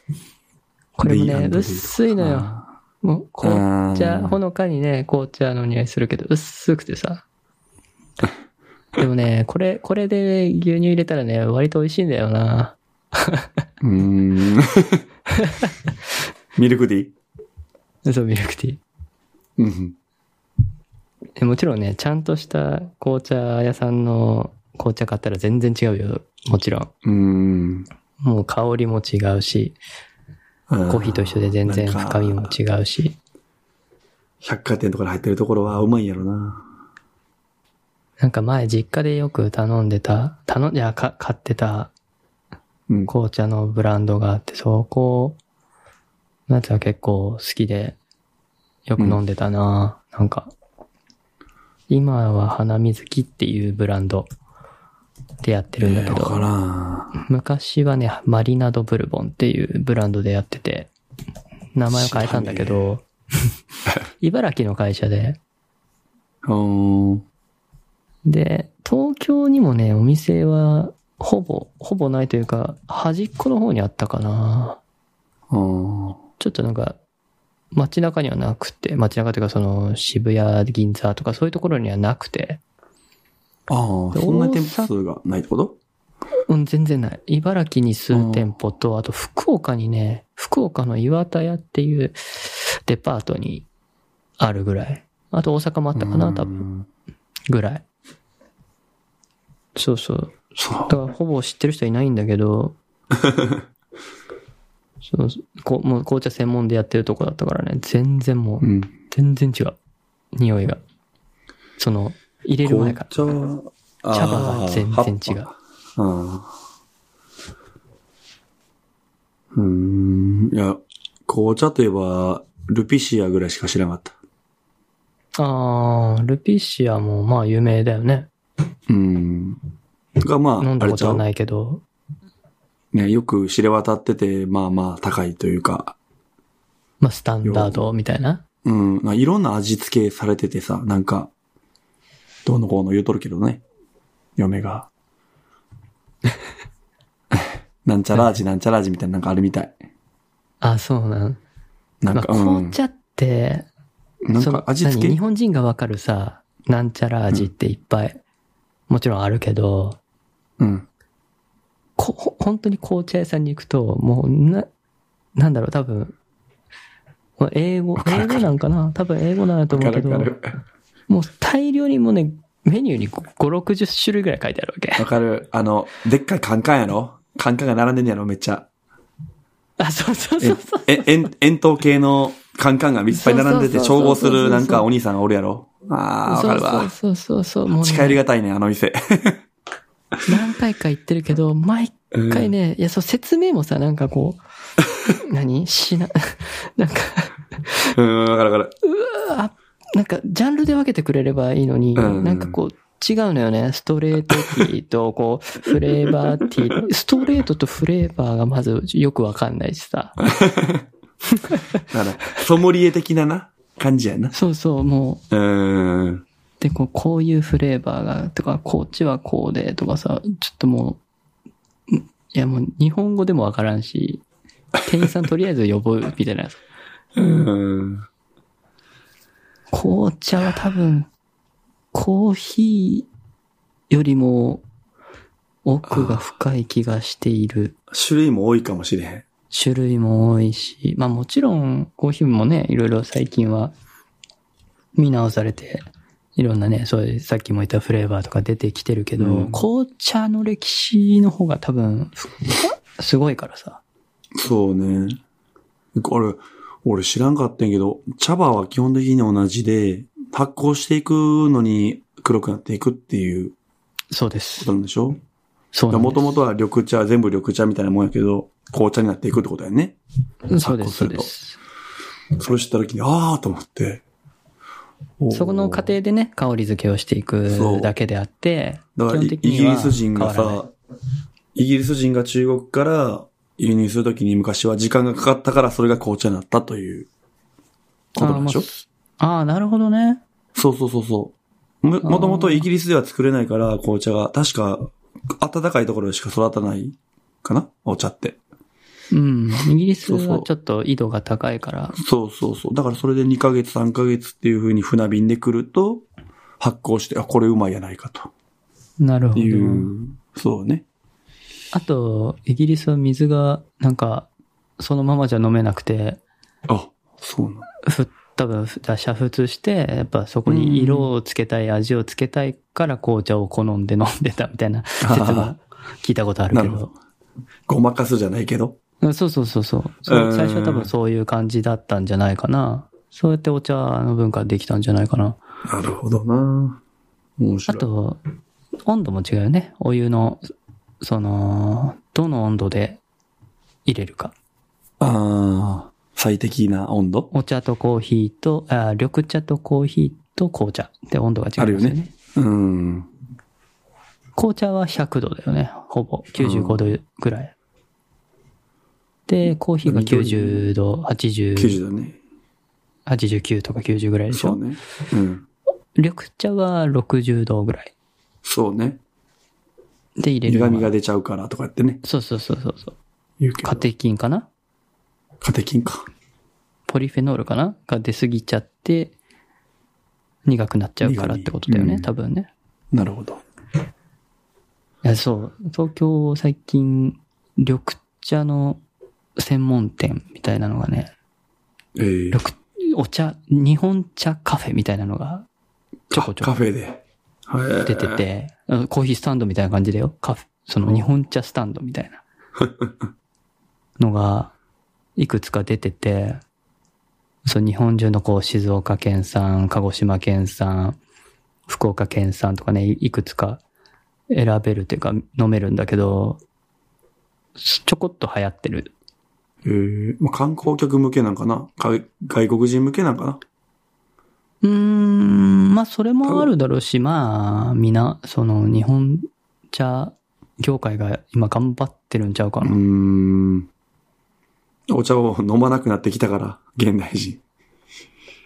S2: これも
S1: デイリ
S2: ね、
S1: ー
S2: 薄いのよ。
S1: あ
S2: もう紅
S1: う
S2: 茶、
S1: ん
S2: ほのかにね、紅茶の匂いするけど、薄くてさ。 でもね、これ、これで牛乳入れたらね、割と美味しいんだよな。
S1: ーうーん。ミルクティー
S2: そう、ミルクティー
S1: うん。
S2: え。もちろんね、ちゃんとした紅茶屋さんの紅茶買ったら全然違うよ。もちろん。
S1: うーん。
S2: もう香りも違うし、
S1: コ
S2: コーヒーと一緒で全然深みも違うし。
S1: 百貨店とかに入ってるところはうまいんやろな。
S2: なんか前実家でよく頼んでた、頼ん、いや、か、買ってた
S1: うん。
S2: 紅茶のブランドがあって、そこ、のやつは結構好きで、よく飲んでたな、なんか、今は花水木っていうブランドでやってるんだけ
S1: えーわから
S2: ど、
S1: ん。
S2: 昔はね、マリナドブルボンっていうブランドでやってて、名前を変えたんだけど、茨城の会社で、
S1: うーん。
S2: で、東京にもね、お店は、ほぼ、ほぼないというか、端っこの方にあったかな。
S1: あー
S2: ちょっとなんか、街中にはなくて、街中というかその渋谷、銀座とかそういうところにはなくて、
S1: あー、そんなに店舗数がないってこと
S2: うん、全然ない。茨城に数店舗と、あと福岡にね、福岡の岩田屋っていうデパートにあるぐらい。あと大阪もあったかな、多分、
S1: 分。
S2: ぐらい。そうそう。
S1: そう
S2: だ。からほぼ知ってる人いないんだ けど、そのこもう紅茶専門でやってるとこだったからね、全然も
S1: う
S2: う、
S1: ん。
S2: 全然違う。匂いが。その、入れる前から。
S1: 紅茶、
S2: 茶葉が全然違
S1: あー。
S2: う
S1: 葉っぱうん。うーん。いや、紅茶といえば、ルピシアぐらいしか知らなかった。
S2: あー、ルピシアもまあ有名だよね。
S1: うん。が、まあ、
S2: 飲ん
S1: あ
S2: だ
S1: れ
S2: こ
S1: ち
S2: と
S1: ゃ
S2: は
S1: う
S2: ないけど。
S1: ね、よく知れ渡ってて、まあまあ高いというか、
S2: まあスタンダードみたいな。
S1: うん、なんかいろんな味付けされててさ、なんか、どうのこうの言うとるけどね、嫁が。 なんちゃら味、なんちゃら味みたいな、なんかあるみたい。
S2: あ、そうなん。
S1: なん
S2: まあ
S1: か、う
S2: 紅
S1: ん。
S2: 茶って、
S1: なん
S2: そ
S1: か
S2: の
S1: 味付
S2: 何
S1: け
S2: 日本人がわかるさ、なんちゃら味っていっぱい、もちろんあるけど、
S1: うん。
S2: こ、ほ本当に紅茶屋さんに行くと、もう、な、なんだろう、多分、まあ英語、英語なんかな多分英語なんだと思うけど、
S1: わかる。
S2: もう大量にもうね、メニューに5、60種類ぐらい書いてあるわけ。
S1: わかる。あの、でっかいカンカンやろカンカンが並んでんやろめっちゃ。
S2: あ、そうそう
S1: え
S2: そうそう。、
S1: え、円円筒形のカンカンがいっぱい並んでて
S2: そうそうそうそう
S1: 調合するなんかお兄さんがおるやろああ、わかるわ。
S2: そうそうそうそう。もう
S1: 近寄り
S2: ね、
S1: がたいね、あの店。
S2: 何回か行ってるけど、毎回ね、いや、そう、説明もさ、なんかこう、何しな、 なんか、
S1: うん、わかるわかる。
S2: あ、なんか、ジャンルで分けてくれればいいのに、
S1: うん
S2: なんかこう、違うのよね。ストレートティーと、こう、 フレーバーティー。ストレートとフレーバーがまずよくわかんないしさ。
S1: だから、ソムリエ的なな、感じやな。
S2: そうそう、もう。
S1: うーん。
S2: で、こう、こういうフレーバーが、とか、こっちはこうで、とかさ、ちょっともう、んいやもう、日本語でもわからんし、店員さんとりあえず呼ぶ、みたいな。
S1: うーん。
S2: 紅茶は多分、コーヒーよりも奥が深い気がしている。
S1: 種類も多いかもしれへん。
S2: 種類も多いし、まあもちろんコーヒーもね、いろいろ最近は見直されて、いろんなね、そういうさっきも言ったフレーバーとか出てきてるけど、
S1: うん
S2: 紅茶の歴史の方が多分、ふすごいからさ。
S1: そうね。あれ、俺知らんかったんやけど、茶葉は基本的に同じで、発酵していくのに黒くなっていくっていう
S2: そうで
S1: こ
S2: す
S1: と。なんでしょ
S2: そうなん
S1: もと
S2: で
S1: もとは緑茶、全部緑茶みたいなもんやけど、紅茶になっていくってことやね。
S2: す。そうです、
S1: 発酵す
S2: そう
S1: る
S2: で
S1: と
S2: す。
S1: それ知った時に、ああと思って。おー
S2: そこの過程でね、香り付けをしていくだけであって、
S1: だからイ
S2: 基本
S1: イ
S2: 的に
S1: ギ
S2: は
S1: リス人が
S2: 変わらない
S1: さ、イギリス人が中国から輸入するときに昔は時間がかかったからそれが紅茶になったということなんでしょ
S2: あー、まああー、なるほどね。
S1: そうそうそうそう。も、もともとイギリスでは作れないから紅茶が、確か暖かいところでしか育たないかなお茶って。
S2: うん。イギリス
S1: そうそ
S2: は
S1: う
S2: ちょっと緯度が高いから。
S1: そうそうそう。だからそれで2ヶ月3ヶ月っていう風に船便で来ると発酵して、あ、これうまいやないかと
S2: なるほど。
S1: いう。そうね。
S2: あと、イギリスは水が、なんか、そのままじゃ飲めなくて、
S1: あ、そうなん
S2: ふ、多分、ふ煮沸して、やっぱそこに色をつけたい、味をつけたいから紅茶を好んで飲んでたみたいな説が聞いたことあるけ
S1: なる
S2: ど。
S1: ごまかすじゃないけど。
S2: うんそうそうそうそう。そう
S1: うん
S2: 最初は多分そういう感じだったんじゃないかな。そうやってお茶の文化できたんじゃないかな。
S1: なるほどな面
S2: あ
S1: 白い。
S2: と、温度も違うよね。お湯の、その、どの温度で入れるか。
S1: ああ、最適な温度
S2: お茶とコーヒーと、あ緑茶とコーヒーと紅茶って温度が違うんですよ
S1: あるよ
S2: ね。
S1: うん。
S2: 紅茶は100度だよね。ほぼ。95度ぐらい。で、コーヒーが90度、80、
S1: 90だね。
S2: 89とか90ぐらいでし
S1: そう
S2: ょ。
S1: ね。うん。
S2: 緑茶は60度ぐらい
S1: そうね。
S2: で入れるの
S1: 苦
S2: が。
S1: 味が出ちゃうからとか言ってね。
S2: そうそうそうそうそう。
S1: 言うけど
S2: カ。テキンかな
S1: カテキンか。
S2: ポリフェノールかなが出すぎちゃって、苦くなっちゃうからってことだよ
S1: 苦味う
S2: ね、
S1: ん
S2: 多分ね。
S1: なるほど。
S2: いや、そう。東京最近、緑茶の専門店みたいなのがね、
S1: えー、
S2: 緑、お茶、日本茶カフェみたいなのがちょこちょこ
S1: カフェで。はい。
S2: 出てて、うんコーヒースタンドみたいな感じだよ。カフェ、その日本茶スタンドみたいな のが、いくつか出てて、そう、日本中のこう、静岡県産、鹿児島県産、福岡県産とかね、いいくつか選べるっていうか、飲めるんだけど、ちょこっと流行ってる。
S1: えー、まあ、観光客向けなんかなか外国人向けなんかな
S2: うーん、まあ、それもあるだろうし、まあ、みな、その、日本茶業界が今頑張ってるんちゃうか
S1: う
S2: な
S1: ー。ん。お茶を飲まなくなってきたから、現代人。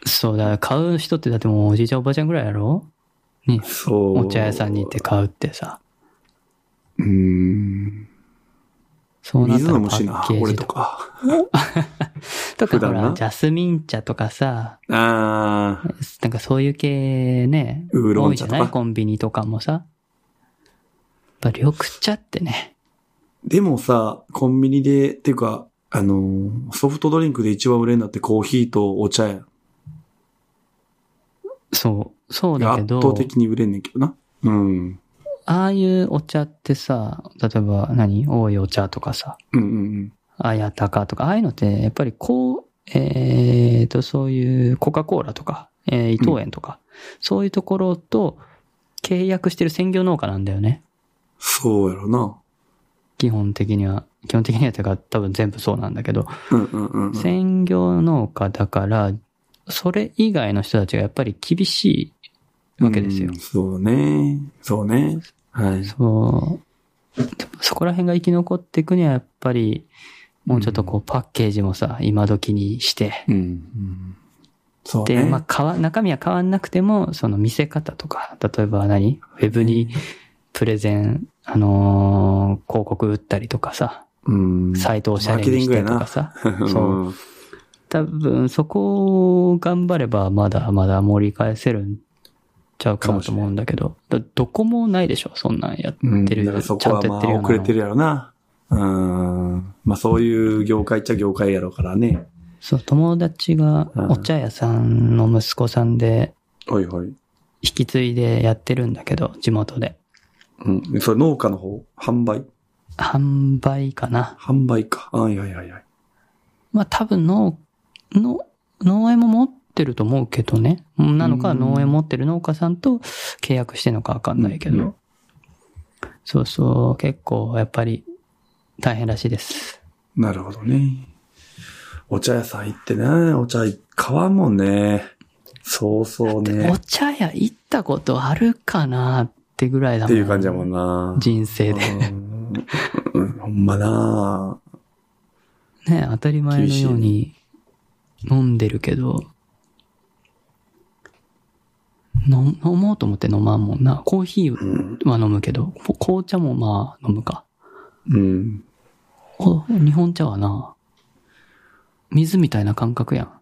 S2: そうだ、買う人ってだってもうおじいちゃんおばあちゃんぐらいやろ
S1: そう。
S2: お茶屋さんに行って。買うってさ。
S1: うーん。
S2: そうなった
S1: 水
S2: ら
S1: 飲む
S2: パ
S1: しな
S2: ッ、ケー
S1: 俺
S2: ジ
S1: と
S2: とか。
S1: か。普
S2: とかほ
S1: 段な
S2: ら、ジャスミン茶とかさ、
S1: あー。
S2: なんかそういう系ね、
S1: ウーロ
S2: 多
S1: ン
S2: いじ
S1: 茶
S2: ゃ
S1: と
S2: ない
S1: か。
S2: コンビニとかもさ。やっぱ緑茶ってね。
S1: でもさ、コンビニで、っていうか、あのーソフトドリンクで一番売れるんだってコーヒーとお茶やん。
S2: そう、そうだけ
S1: 圧
S2: ど、
S1: 倒的に売れんねんけどな。うん。うん
S2: ああいうお茶ってさ、例えば何多いお茶とかさ、
S1: うんうん。
S2: あやたかとか、ああいうのって、やっぱりこう、えーと、そういうコカ・コーラとか、えー伊藤園とか、そういうところと契約してる専業農家なんだよね。
S1: そうやろな。
S2: 基本的には。基本的にはというか、多分全部そうなんだけど、
S1: うんうんうんうん。
S2: 専業農家だから、それ以外の人たちがやっぱり厳しいわけですよ
S1: うん。そうね。そうね。はい。
S2: そう。そこら辺が生き残っていくには、やっぱり、もうちょっとこう、パッケージもさ、今時にして、
S1: うん。うん、そう
S2: で、
S1: ね。
S2: まあ、変わ、中身は変わんなくても、その見せ方とか、例えば何ウェブにプレゼン、あのー広告打ったりとかさ、
S1: うん。
S2: サイトをシャレにしてとかさ、そう。
S1: うん。
S2: 多分そこを頑張ればまだまだ盛り返せるんちゃうかなと思うんだけど、だどこもないでしょ、そんなんやっ
S1: うん、
S2: てる、
S1: だからそ
S2: ちゃ
S1: こ
S2: ん
S1: は
S2: と
S1: ま
S2: やっ
S1: あ
S2: てるような
S1: 遅れてるやろ
S2: の。
S1: な。うん。まあそういう業界っちゃ業界やろうからね。
S2: そう、友達が
S1: うん
S2: お茶屋さんの息子さんで、
S1: はいはい。
S2: 引き継いでやってるんだけど、地元で。
S1: うん。それ農家の方販売
S2: 販売かな。
S1: 販売か。あいやいやいや。
S2: まあ多分農、農、農園も持ってると思うけどね。なのか
S1: うん
S2: 農園持ってる農家さんと契約してるのかわかんないけど。
S1: うん
S2: そうそう、結構やっぱり大変らしいです。
S1: なるほどね。お茶屋さん行ってね、お茶買わんもんね。そうそうね
S2: お。茶屋行ったことあるかなってぐらいだも
S1: っ
S2: ん。
S1: ていう感じやもんな。
S2: 人生で。
S1: うんうんほんまな
S2: ね、当たり前のよう
S1: 厳
S2: に飲んでるけど、飲飲もうと思って飲まんもんな。コーヒー
S1: うん。
S2: は飲むけど、こ紅茶もまあ飲むか。
S1: うん。
S2: お日本茶はな、水みたいな感覚やん。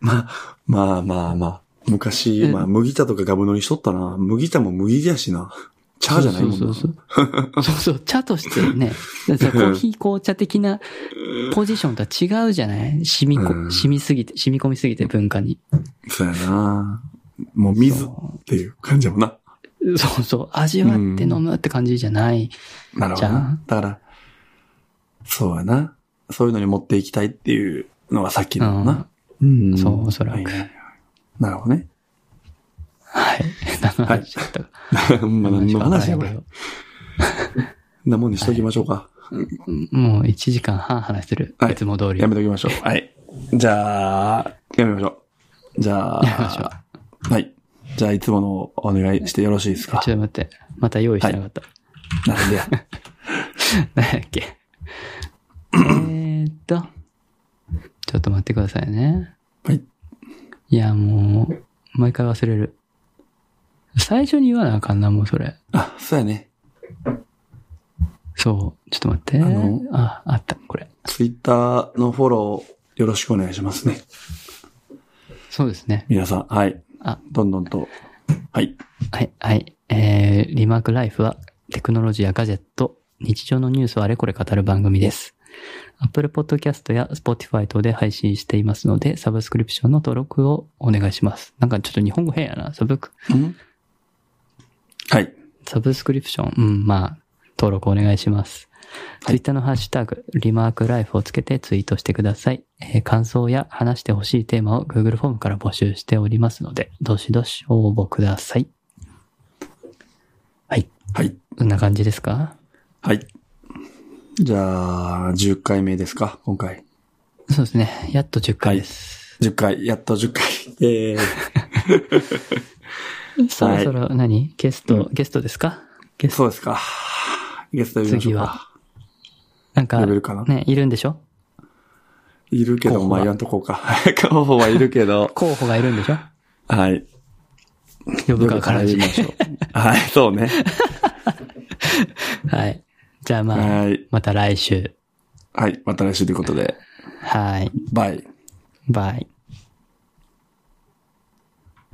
S1: まあ、まあまあまあ。昔、
S2: うん
S1: まあ、麦茶とかガブ飲みしとったな。麦茶も麦やしな。茶じゃないもんな。
S2: そうそうそう。そうそう、茶として ね、だからコーヒー紅茶的なポジションとは違うじゃない染みこ、
S1: うん
S2: 染みすぎて、染み込みすぎて文化に。
S1: そうやなもう水っ
S2: そ
S1: ていう感じやもんな。
S2: うそうそう、味わって飲むって感じじゃない。
S1: なるほど
S2: じゃあ
S1: な。だから、そうやな。そういうのに持っていきたいっていうのがさっきのな。うん。
S2: そうおそらく
S1: はいはいはいなるほどね。
S2: はい。何の話だったか。
S1: まあ、何の話やこれ。
S2: わ
S1: ん
S2: か
S1: なもんにしときましょうか。
S2: んないけどもう1時間半話する。
S1: はい
S2: いつも通り。
S1: やめときましょう。はい。じゃあ、やめましょう。じゃあ、
S2: やめましょう
S1: はい。じゃあ、いつものお願いしてよろしいですか
S2: ち。ょっと待って。また用意してなかった。
S1: なんでや。
S2: 何だっけ。えーっと。ちょっと待ってくださいね。
S1: はい。
S2: いや、もう、毎回忘れる。最初に言わなあかんな、もうそれ。
S1: あ、そうやね。
S2: そう。ちょっと待って。あ
S1: の
S2: あ、あった、これ。
S1: ツイッターのフォローよろしくお願いしますね。
S2: そうですね。
S1: 皆さん、はい。
S2: あ
S1: どんどんと。はい。
S2: はい、はい。えー、リマークライフはテクノロジーやガジェット、日常のニュースをあれこれ語る番組です。Apple Podcast や Spotify 等で配信していますので、サブスクリプションの登録をお願いします。なんかちょっと日本語変やな。サブク、
S1: んはい。
S2: サブスクリプション、うん、まあ、登録お願いします。
S1: はい
S2: Twitter のハッシュタグ、リマークライフをつけてツイートしてください。えー感想や話してほしいテーマを Google フォームから募集しておりますので、どしどし応募ください。はい。
S1: はい。
S2: そんな感じですか
S1: はい。じゃあ、10回目ですか今回。
S2: そうですね。やっと10回です。
S1: 10回。やっと10回。えー、
S2: そろそろ何、ゲスト、ゲストですか ゲスト。
S1: そうですか。ゲスト呼びましょうか。
S2: なんか、
S1: 呼べるかな
S2: ね、いるんでしょ
S1: いるけ
S2: 候
S1: ど、
S2: 補は
S1: まあ、言わんとこうか。候補はいるけ ど。
S2: 候補がいるんでしょ
S1: はい。
S2: 呼ぶかわからんし
S1: 呼びましょう。 はい、そうね。
S2: はい。じゃあまあ、
S1: はい。
S2: また来週。
S1: はい、また来週ということで。
S2: はい。
S1: バイ。
S2: バイ。